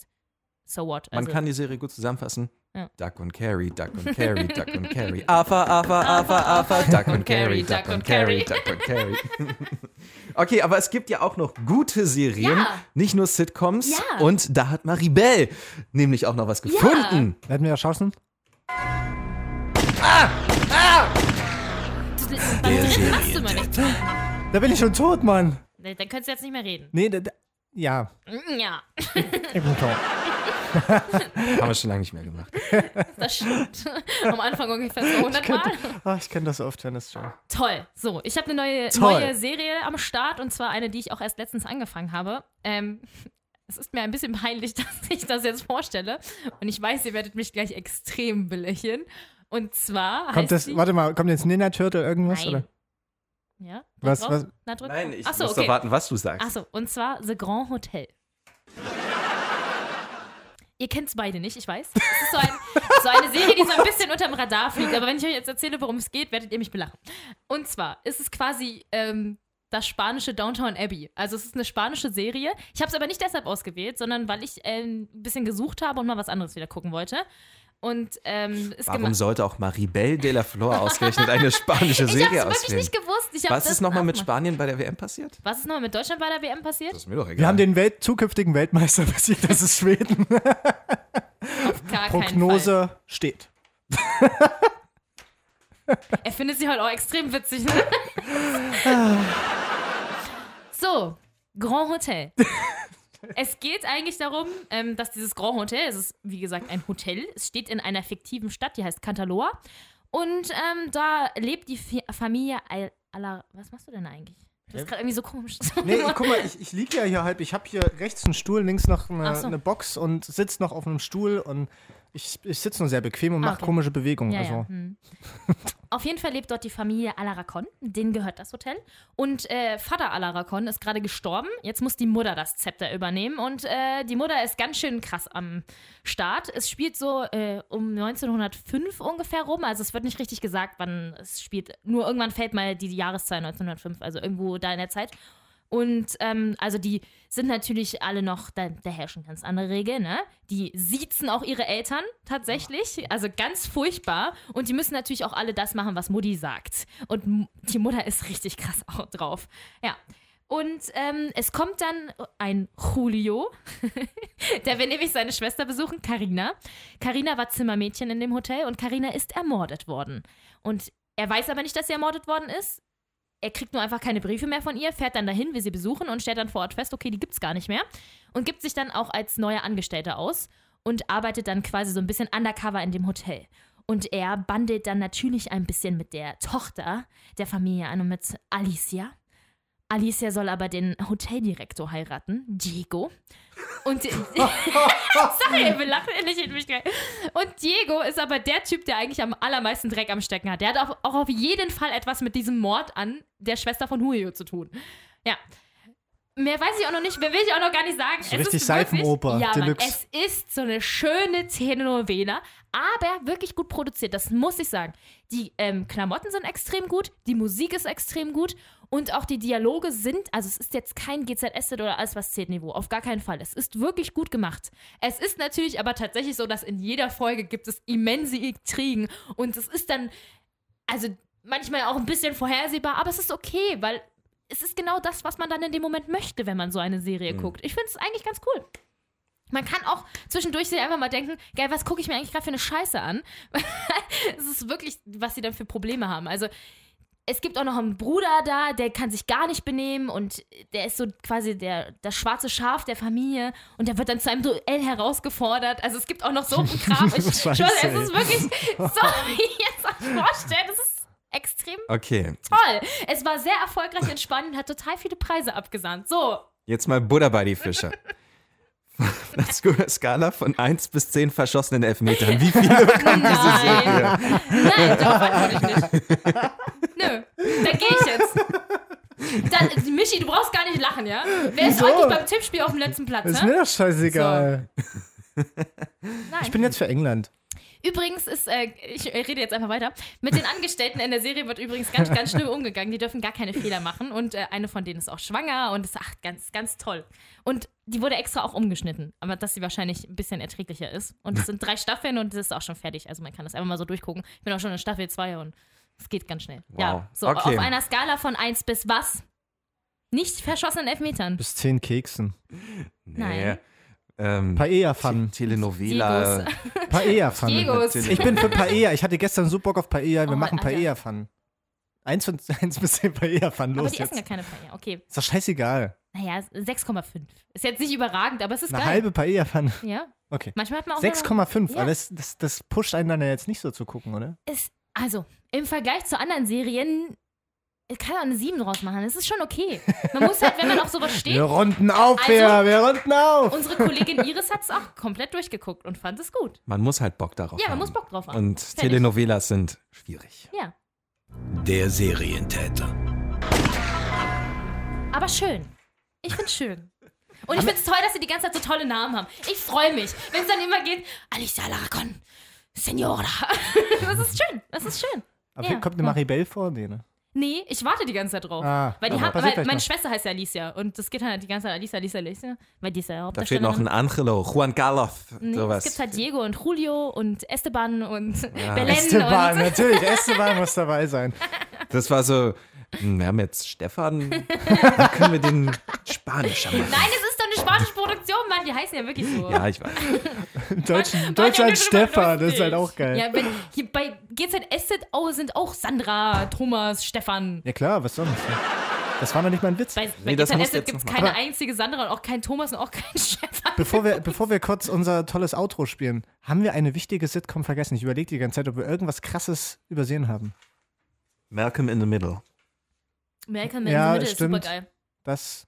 C: so what.
B: Man
C: Also,
B: kann die Serie gut zusammenfassen.
C: Ja.
B: Duck und Carry, Duck und
C: <laughs>
B: Carry, Duck und Carry. Afa, Afa, Afa, Afa, Duck und Carry, Duck und Carry, Duck und Carry. <laughs> Okay, aber es gibt ja auch noch gute Serien,
C: Ja.
B: nicht nur Sitcoms.
C: Ja.
B: Und da hat Maribel nämlich auch noch was gefunden.
D: Werden wir ja schauen.
C: Beim dritten machst du immer nichts.
D: Da bin ich schon tot, Mann.
C: Nee, Dann könntest du jetzt nicht mehr reden.
D: Nee, da, da, ja.
C: Mm, <laughs> Ja,
D: Ich bin tot.
C: <laughs>
B: Haben wir schon lange nicht mehr gemacht.
C: das stimmt. <laughs> Am Anfang ungefähr so 100 Mal.
D: Ach, Ah, ich kenne das so oft, wenn das schon.
C: Toll. So, ich habe eine neue,
D: Toll.
C: neue Serie am Start und zwar eine, die ich auch erst letztens angefangen habe. Ähm, <laughs> es ist mir ein bisschen peinlich, <laughs> dass ich das jetzt vorstelle. Und ich weiß, ihr werdet mich gleich extrem belächeln. Und zwar heißt
D: Kommt das,
C: sie,
D: warte mal, kommt jetzt Ninja Turtle irgendwas?
C: Nein.
D: Oder?
C: Ja?
D: Was-
C: drauf?
D: was-
C: Na, drück
B: Nein,
C: drauf.
B: ich
C: Achso,
B: muss
C: okay.
B: erwarten, was du sagst.
C: Achso, und zwar The Grand Hotel. Ihr kennt es beide nicht, ich weiß. Es ist so, ein, so eine Serie, die so ein bisschen unterm Radar fliegt. Aber wenn ich euch jetzt erzähle, worum es geht, werdet ihr mich belachen. Und zwar ist es quasi ähm, das spanische Downtown Abbey. Also es ist eine spanische Serie. Ich habe es aber nicht deshalb ausgewählt, sondern weil ich ähm, ein bisschen gesucht habe und mal was anderes wieder gucken wollte. Und ähm, ist
B: Warum
C: gema-
B: sollte auch Maribel de la Flor ausgerechnet eine spanische
C: <laughs> Ich habe
B: Serie
C: es wirklich
B: auswählen?
C: nicht gewusst. Ich hab
B: Was
C: das
B: ist nochmal mit
C: nachgemacht.
B: Spanien bei der WM passiert?
C: Was ist nochmal mit Deutschland bei der WM passiert?
B: Das ist mir doch egal.
D: Wir haben den Welt zukünftigen Weltmeister <laughs> besiegt, das ist Schweden.
C: Gar keinen Fall.
D: Prognose steht.
C: Er findet sie heute auch extrem witzig. Ne? so, Grand Hotel. Es geht eigentlich darum, ähm, dass dieses Grand Hotel, es ist wie gesagt ein Hotel, es steht in einer fiktiven Stadt, die heißt Cantaloa. Und ähm, da lebt die Fi Familie Al Ala. Was machst du denn eigentlich? Du bist gerade irgendwie so komisch. <laughs>
D: Nee, ich- guck mal, ich, ich liege ja hier halb. Ich habe hier rechts einen Stuhl, links noch eine,
C: Ach so.
D: eine Box und sitze noch auf einem Stuhl und ich, ich sitze nur sehr bequem und mache
C: Ah, Okay.
D: komische Bewegungen.
C: Ja,
D: also.
C: ja. Hm. Auf jeden Fall lebt dort die Familie Alaracon, denen gehört das Hotel. Und äh, Vater Alaracon ist gerade gestorben. Jetzt muss die Mutter das Zepter übernehmen. Und äh, die Mutter ist ganz schön krass am Start. Es spielt so äh, um 1905 ungefähr rum. Also es wird nicht richtig gesagt, wann es spielt. Nur irgendwann fällt mal die Jahreszahl 1905, also irgendwo da in der Zeit. Und ähm, also die sind natürlich alle noch, da, da herrschen ganz andere Regeln, ne? Die siezen auch ihre Eltern tatsächlich, also ganz furchtbar. Und die müssen natürlich auch alle das machen, was Mutti sagt. Und M- die Mutter ist richtig krass <laughs> auch drauf. Ja. Und ähm, es kommt dann ein Julio, <laughs> der will nämlich seine Schwester besuchen, Karina. Karina war Zimmermädchen in dem Hotel und Karina ist ermordet worden. Und er weiß aber nicht, dass sie ermordet worden ist er kriegt nur einfach keine Briefe mehr von ihr, fährt dann dahin, will sie besuchen und stellt dann vor Ort fest, okay, die gibt's gar nicht mehr. Und gibt sich dann auch als neuer Angestellter aus und arbeitet dann quasi so ein bisschen undercover in dem Hotel. Und er bandelt dann natürlich ein bisschen mit der Tochter der Familie an und mit Alicia. Alicia soll aber den Hoteldirektor heiraten, Diego. Und <laughs> sorry, ihr belacht nicht in mich. Und Diego ist aber der Typ, der eigentlich am allermeisten Dreck am Stecken hat. Der hat auch, auch auf jeden Fall etwas mit diesem Mord an der Schwester von Julio zu tun. Ja. Mehr weiß ich auch noch nicht, mehr will ich auch noch gar nicht sagen.
D: So richtig Seifenoper,
C: ja,
D: Deluxe.
C: Mann, es ist so eine schöne Telenovela, aber wirklich gut produziert, das muss ich sagen. Die ähm, Klamotten sind extrem gut, die Musik ist extrem gut und auch die Dialoge sind, also es ist jetzt kein GZS oder alles was zählt Niveau, auf gar keinen Fall. Es ist wirklich gut gemacht. Es ist natürlich aber tatsächlich so, dass in jeder Folge gibt es immense Intrigen und es ist dann also manchmal auch ein bisschen vorhersehbar, aber es ist okay, weil es ist genau das, was man dann in dem Moment möchte, wenn man so eine Serie
D: Mhm.
C: guckt. Ich finde es eigentlich ganz cool. Man kann auch zwischendurch sich einfach mal denken, geil, was gucke ich mir eigentlich gerade für eine Scheiße an? <laughs> es ist wirklich, was sie dann für Probleme haben. Also es gibt auch noch einen Bruder da, der kann sich gar nicht benehmen und der ist so quasi der, das schwarze Schaf der Familie und der wird dann zu einem Duell herausgefordert. Also es gibt auch noch so einen
D: <laughs>
C: Kram. Ich,
D: Scheiße,
C: schwöre, es
D: ey.
C: ist wirklich <laughs> so, wie ich jetzt das vorstelle. Das ist extrem
B: Okay,
C: toll. Es war sehr erfolgreich in Spanien, hat total viele Preise abgesandt. So,
B: jetzt mal Buddha bei die Fische. <laughs> Auf einer Sk- Skala von 1 bis 10 verschossenen Elfmetern. Wie viele bekommen diese Serie?
C: nein. Nein, darauf antworte ich nicht. Nö, da gehe ich jetzt. Dann, Michi, du brauchst gar nicht lachen, ja? Wer ist
D: Wieso?
C: eigentlich beim Tippspiel auf dem letzten Platz,
D: Ist
C: ne?
D: mir doch scheißegal.
C: Nein.
D: Ich bin jetzt für England.
C: Übrigens ist, äh, ich rede jetzt einfach weiter, mit den Angestellten in der Serie wird übrigens ganz, ganz schlimm umgegangen. Die dürfen gar keine Fehler machen und äh, eine von denen ist auch schwanger und ist ach, ganz, ganz toll. Und die wurde extra auch umgeschnitten, aber dass sie wahrscheinlich ein bisschen erträglicher ist. Und es sind drei Staffeln und es ist auch schon fertig. Also man kann das einfach mal so durchgucken. Ich bin auch schon in Staffel 2 und es geht ganz schnell.
B: Wow.
C: Ja, so
B: Okay.
C: auf einer Skala von 1 bis was? Nicht verschossenen Elfmetern.
D: Bis zehn Keksen.
B: Nee.
C: Nein.
B: ähm,
C: <laughs>
D: Paella-Fun.
B: Telenovela. äh,
D: Paella-Fun.
C: Diegos.
D: Ich bin für Paella. Ich hatte gestern so Bock auf Paella. Wir
C: Oh,
D: machen
C: Alter.
D: Paella-Fun. Eins, von, <laughs> eins bis zehn Paella-Fun.
C: Aber
D: Los
C: die essen
D: jetzt.
C: ja keine Paella. Okay.
D: Ist doch scheißegal.
C: Naja, 6,5. Ist jetzt nicht überragend, aber es ist
D: Eine
C: geil.
D: halbe Paella-Fun.
C: Ja.
D: Okay.
C: Manchmal hat man auch.
D: 6,5.
C: Ja.
D: Aber das, das, das pusht einen dann ja jetzt nicht so zu gucken, oder?
C: ist, also, im Vergleich zu anderen Serien, ich kann auch eine 7 draus machen. Das ist schon okay. Man muss halt, wenn man auf sowas
D: <laughs>
C: steht,
D: Wir runden
C: Also-
D: auf, Bea. Wir runden auf.
C: unsere Kollegin Iris hat es auch komplett durchgeguckt und fand es gut.
B: Man muss halt Bock darauf
C: Ja, man
B: haben.
C: muss Bock drauf haben.
B: Und
C: Fertig.
B: Telenovelas sind schwierig.
C: Ja.
A: Der Serientäter.
C: Aber schön. Ich find's schön. Und ich find's toll, dass sie die ganze Zeit so tolle Namen haben. Ich freue mich, wenn es dann immer geht, Alicia Laracon, Senora. <laughs> das ist schön, das ist schön.
D: Aber
C: Ja.
D: hier kommt eine Maribel vor dir, ne?
C: Nee, ich warte die ganze Zeit drauf.
D: Ah,
C: weil die
D: aber
C: hat,
D: passiert
C: weil
D: gleich
C: meine
D: noch.
C: Schwester heißt ja Alicia und das geht halt die ganze Zeit Alicia, Alicia, Alicia, weil die ist ja
B: Da steht noch ein
C: Hauptdarstellerin.
B: Angelo, Juan Carlos,
C: Nee,
B: sowas.
C: es gibt halt Diego und Julio und Esteban
D: <laughs>
C: und Belen
D: Esteban,
C: und
D: natürlich. Esteban muss dabei sein.
B: Das war so, hm, wir haben jetzt
C: <laughs>
B: Stefan, dann können wir den Spanischer machen.
C: Nein, es ist doch eine spanische Produktion, Mann, die heißen ja wirklich so.
B: Ja, ich weiß.
D: Deutsch,
C: Mann, Mann,
D: Deutschland
C: das ist immer
D: Stefan, das ist
C: lustig.
D: halt auch geil. Ja,
C: Ja, wenn, hier bei GZSZO sind auch Sandra, Thomas, Stefan.
D: klar, was sonst? Das war noch nicht mal ein Witz.
C: Bei,
B: Nee,
C: bei
B: das musst du
C: GZSZ
B: jetzt
C: gibt es
B: noch
C: keine
D: Aber-
C: einzige Sandra und auch kein Thomas und auch kein <laughs> Stefan.
D: Bevor wir, bevor wir kurz unser tolles Outro spielen, haben wir eine wichtige Sitcom vergessen. Ich überlege die ganze Zeit, ob wir irgendwas Krasses übersehen haben.
B: Malcolm in the Middle.
C: Malcolm in
D: Ja,
C: the Middle
D: stimmt.
C: ist supergeil.
D: Das.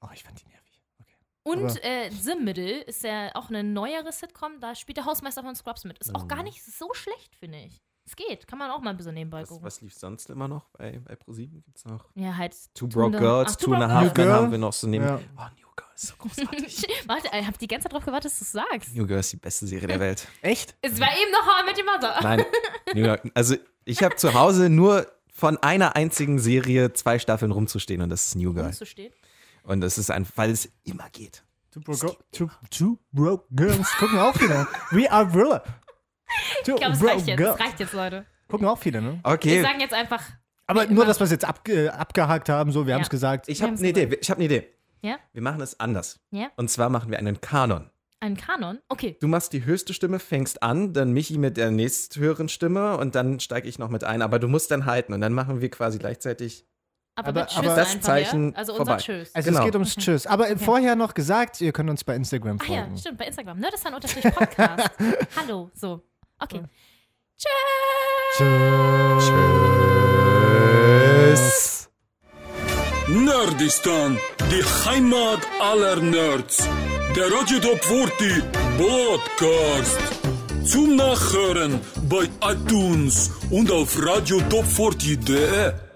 D: Oh, ich fand die nervig. Okay.
C: Und
D: Aber-
C: äh, The Middle ist ja auch eine neuere Sitcom, da spielt der Hausmeister von Scrubs mit.
D: Mhm.
C: Ist auch gar nicht so schlecht, finde ich. Es geht, kann man auch mal ein bisschen nebenbei
B: Was,
C: gucken.
B: was lief sonst immer noch bei, bei ProSieben? Gibt's noch
C: Ja, halt.
B: Two Broke
C: Ach,
B: Girls,
C: Two
B: Two and a
C: Broke
B: Half,
D: Girls.
B: dann
D: New
B: haben
D: Girl.
B: wir noch so neben.
D: Ja.
B: Oh, New Girl ist so großartig.
C: <laughs>
B: <laughs>
C: Warte, ich habe die ganze Zeit drauf gewartet, dass du es sagst.
B: New Girl ist die beste Serie der Welt.
D: Echt?
C: Es war eben noch How I Met Your Mother.
B: Nein, New York. Also, ich habe zu Hause nur von einer einzigen Serie zwei Staffeln rumzustehen und das ist New Girl.
C: Musst du stehen.
B: Und das ist einfach, weil es immer geht.
D: Two Broke, Girl- two, two broke Girls gucken auch viele. We are Brilla. Two
C: Ich glaube, es
D: Broke
C: reicht jetzt.
D: Girls.
C: Es reicht jetzt, Leute.
D: Gucken auch viele, ne?
C: Wir
B: Okay,
C: sagen jetzt einfach,
D: Aber nur, dass wir es jetzt ab, äh, abgehakt haben, so, wir
C: Ja.
D: haben es gesagt.
B: ich
C: Wir
B: habe
C: haben's
B: eine Idee. Ich habe eine Idee.
C: Ja?
B: Wir machen es anders.
C: Ja?
B: Und zwar machen wir einen Kanon.
C: einen Kanon. Okay.
B: Du machst die höchste Stimme, fängst an, dann Michi mit der nächsthöheren Stimme und dann steige ich noch mit ein. Aber du musst dann halten und dann machen wir quasi gleichzeitig.
C: Aber,
D: Aber-
C: mit Tschüss
D: aber-
C: einfach,
B: Das
C: ja?
B: Zeichen
C: Also
B: vorbei.
C: unser Tschüss.
D: Also
B: Genau.
D: es geht ums Tschüss. Aber vorher noch gesagt, ihr könnt uns bei Instagram
C: Mhm. Ach
D: folgen.
C: ja, stimmt, bei Instagram. Ne, das ist ein unterstrich Podcast. Hallo, so. Okay. Tschüss.
B: Tschüss.
A: Nerdistan, die Heimat aller Nerds. Der Radio Top 40 Podcast. Zum Nachhören bei iTunes und auf radiotop40.de.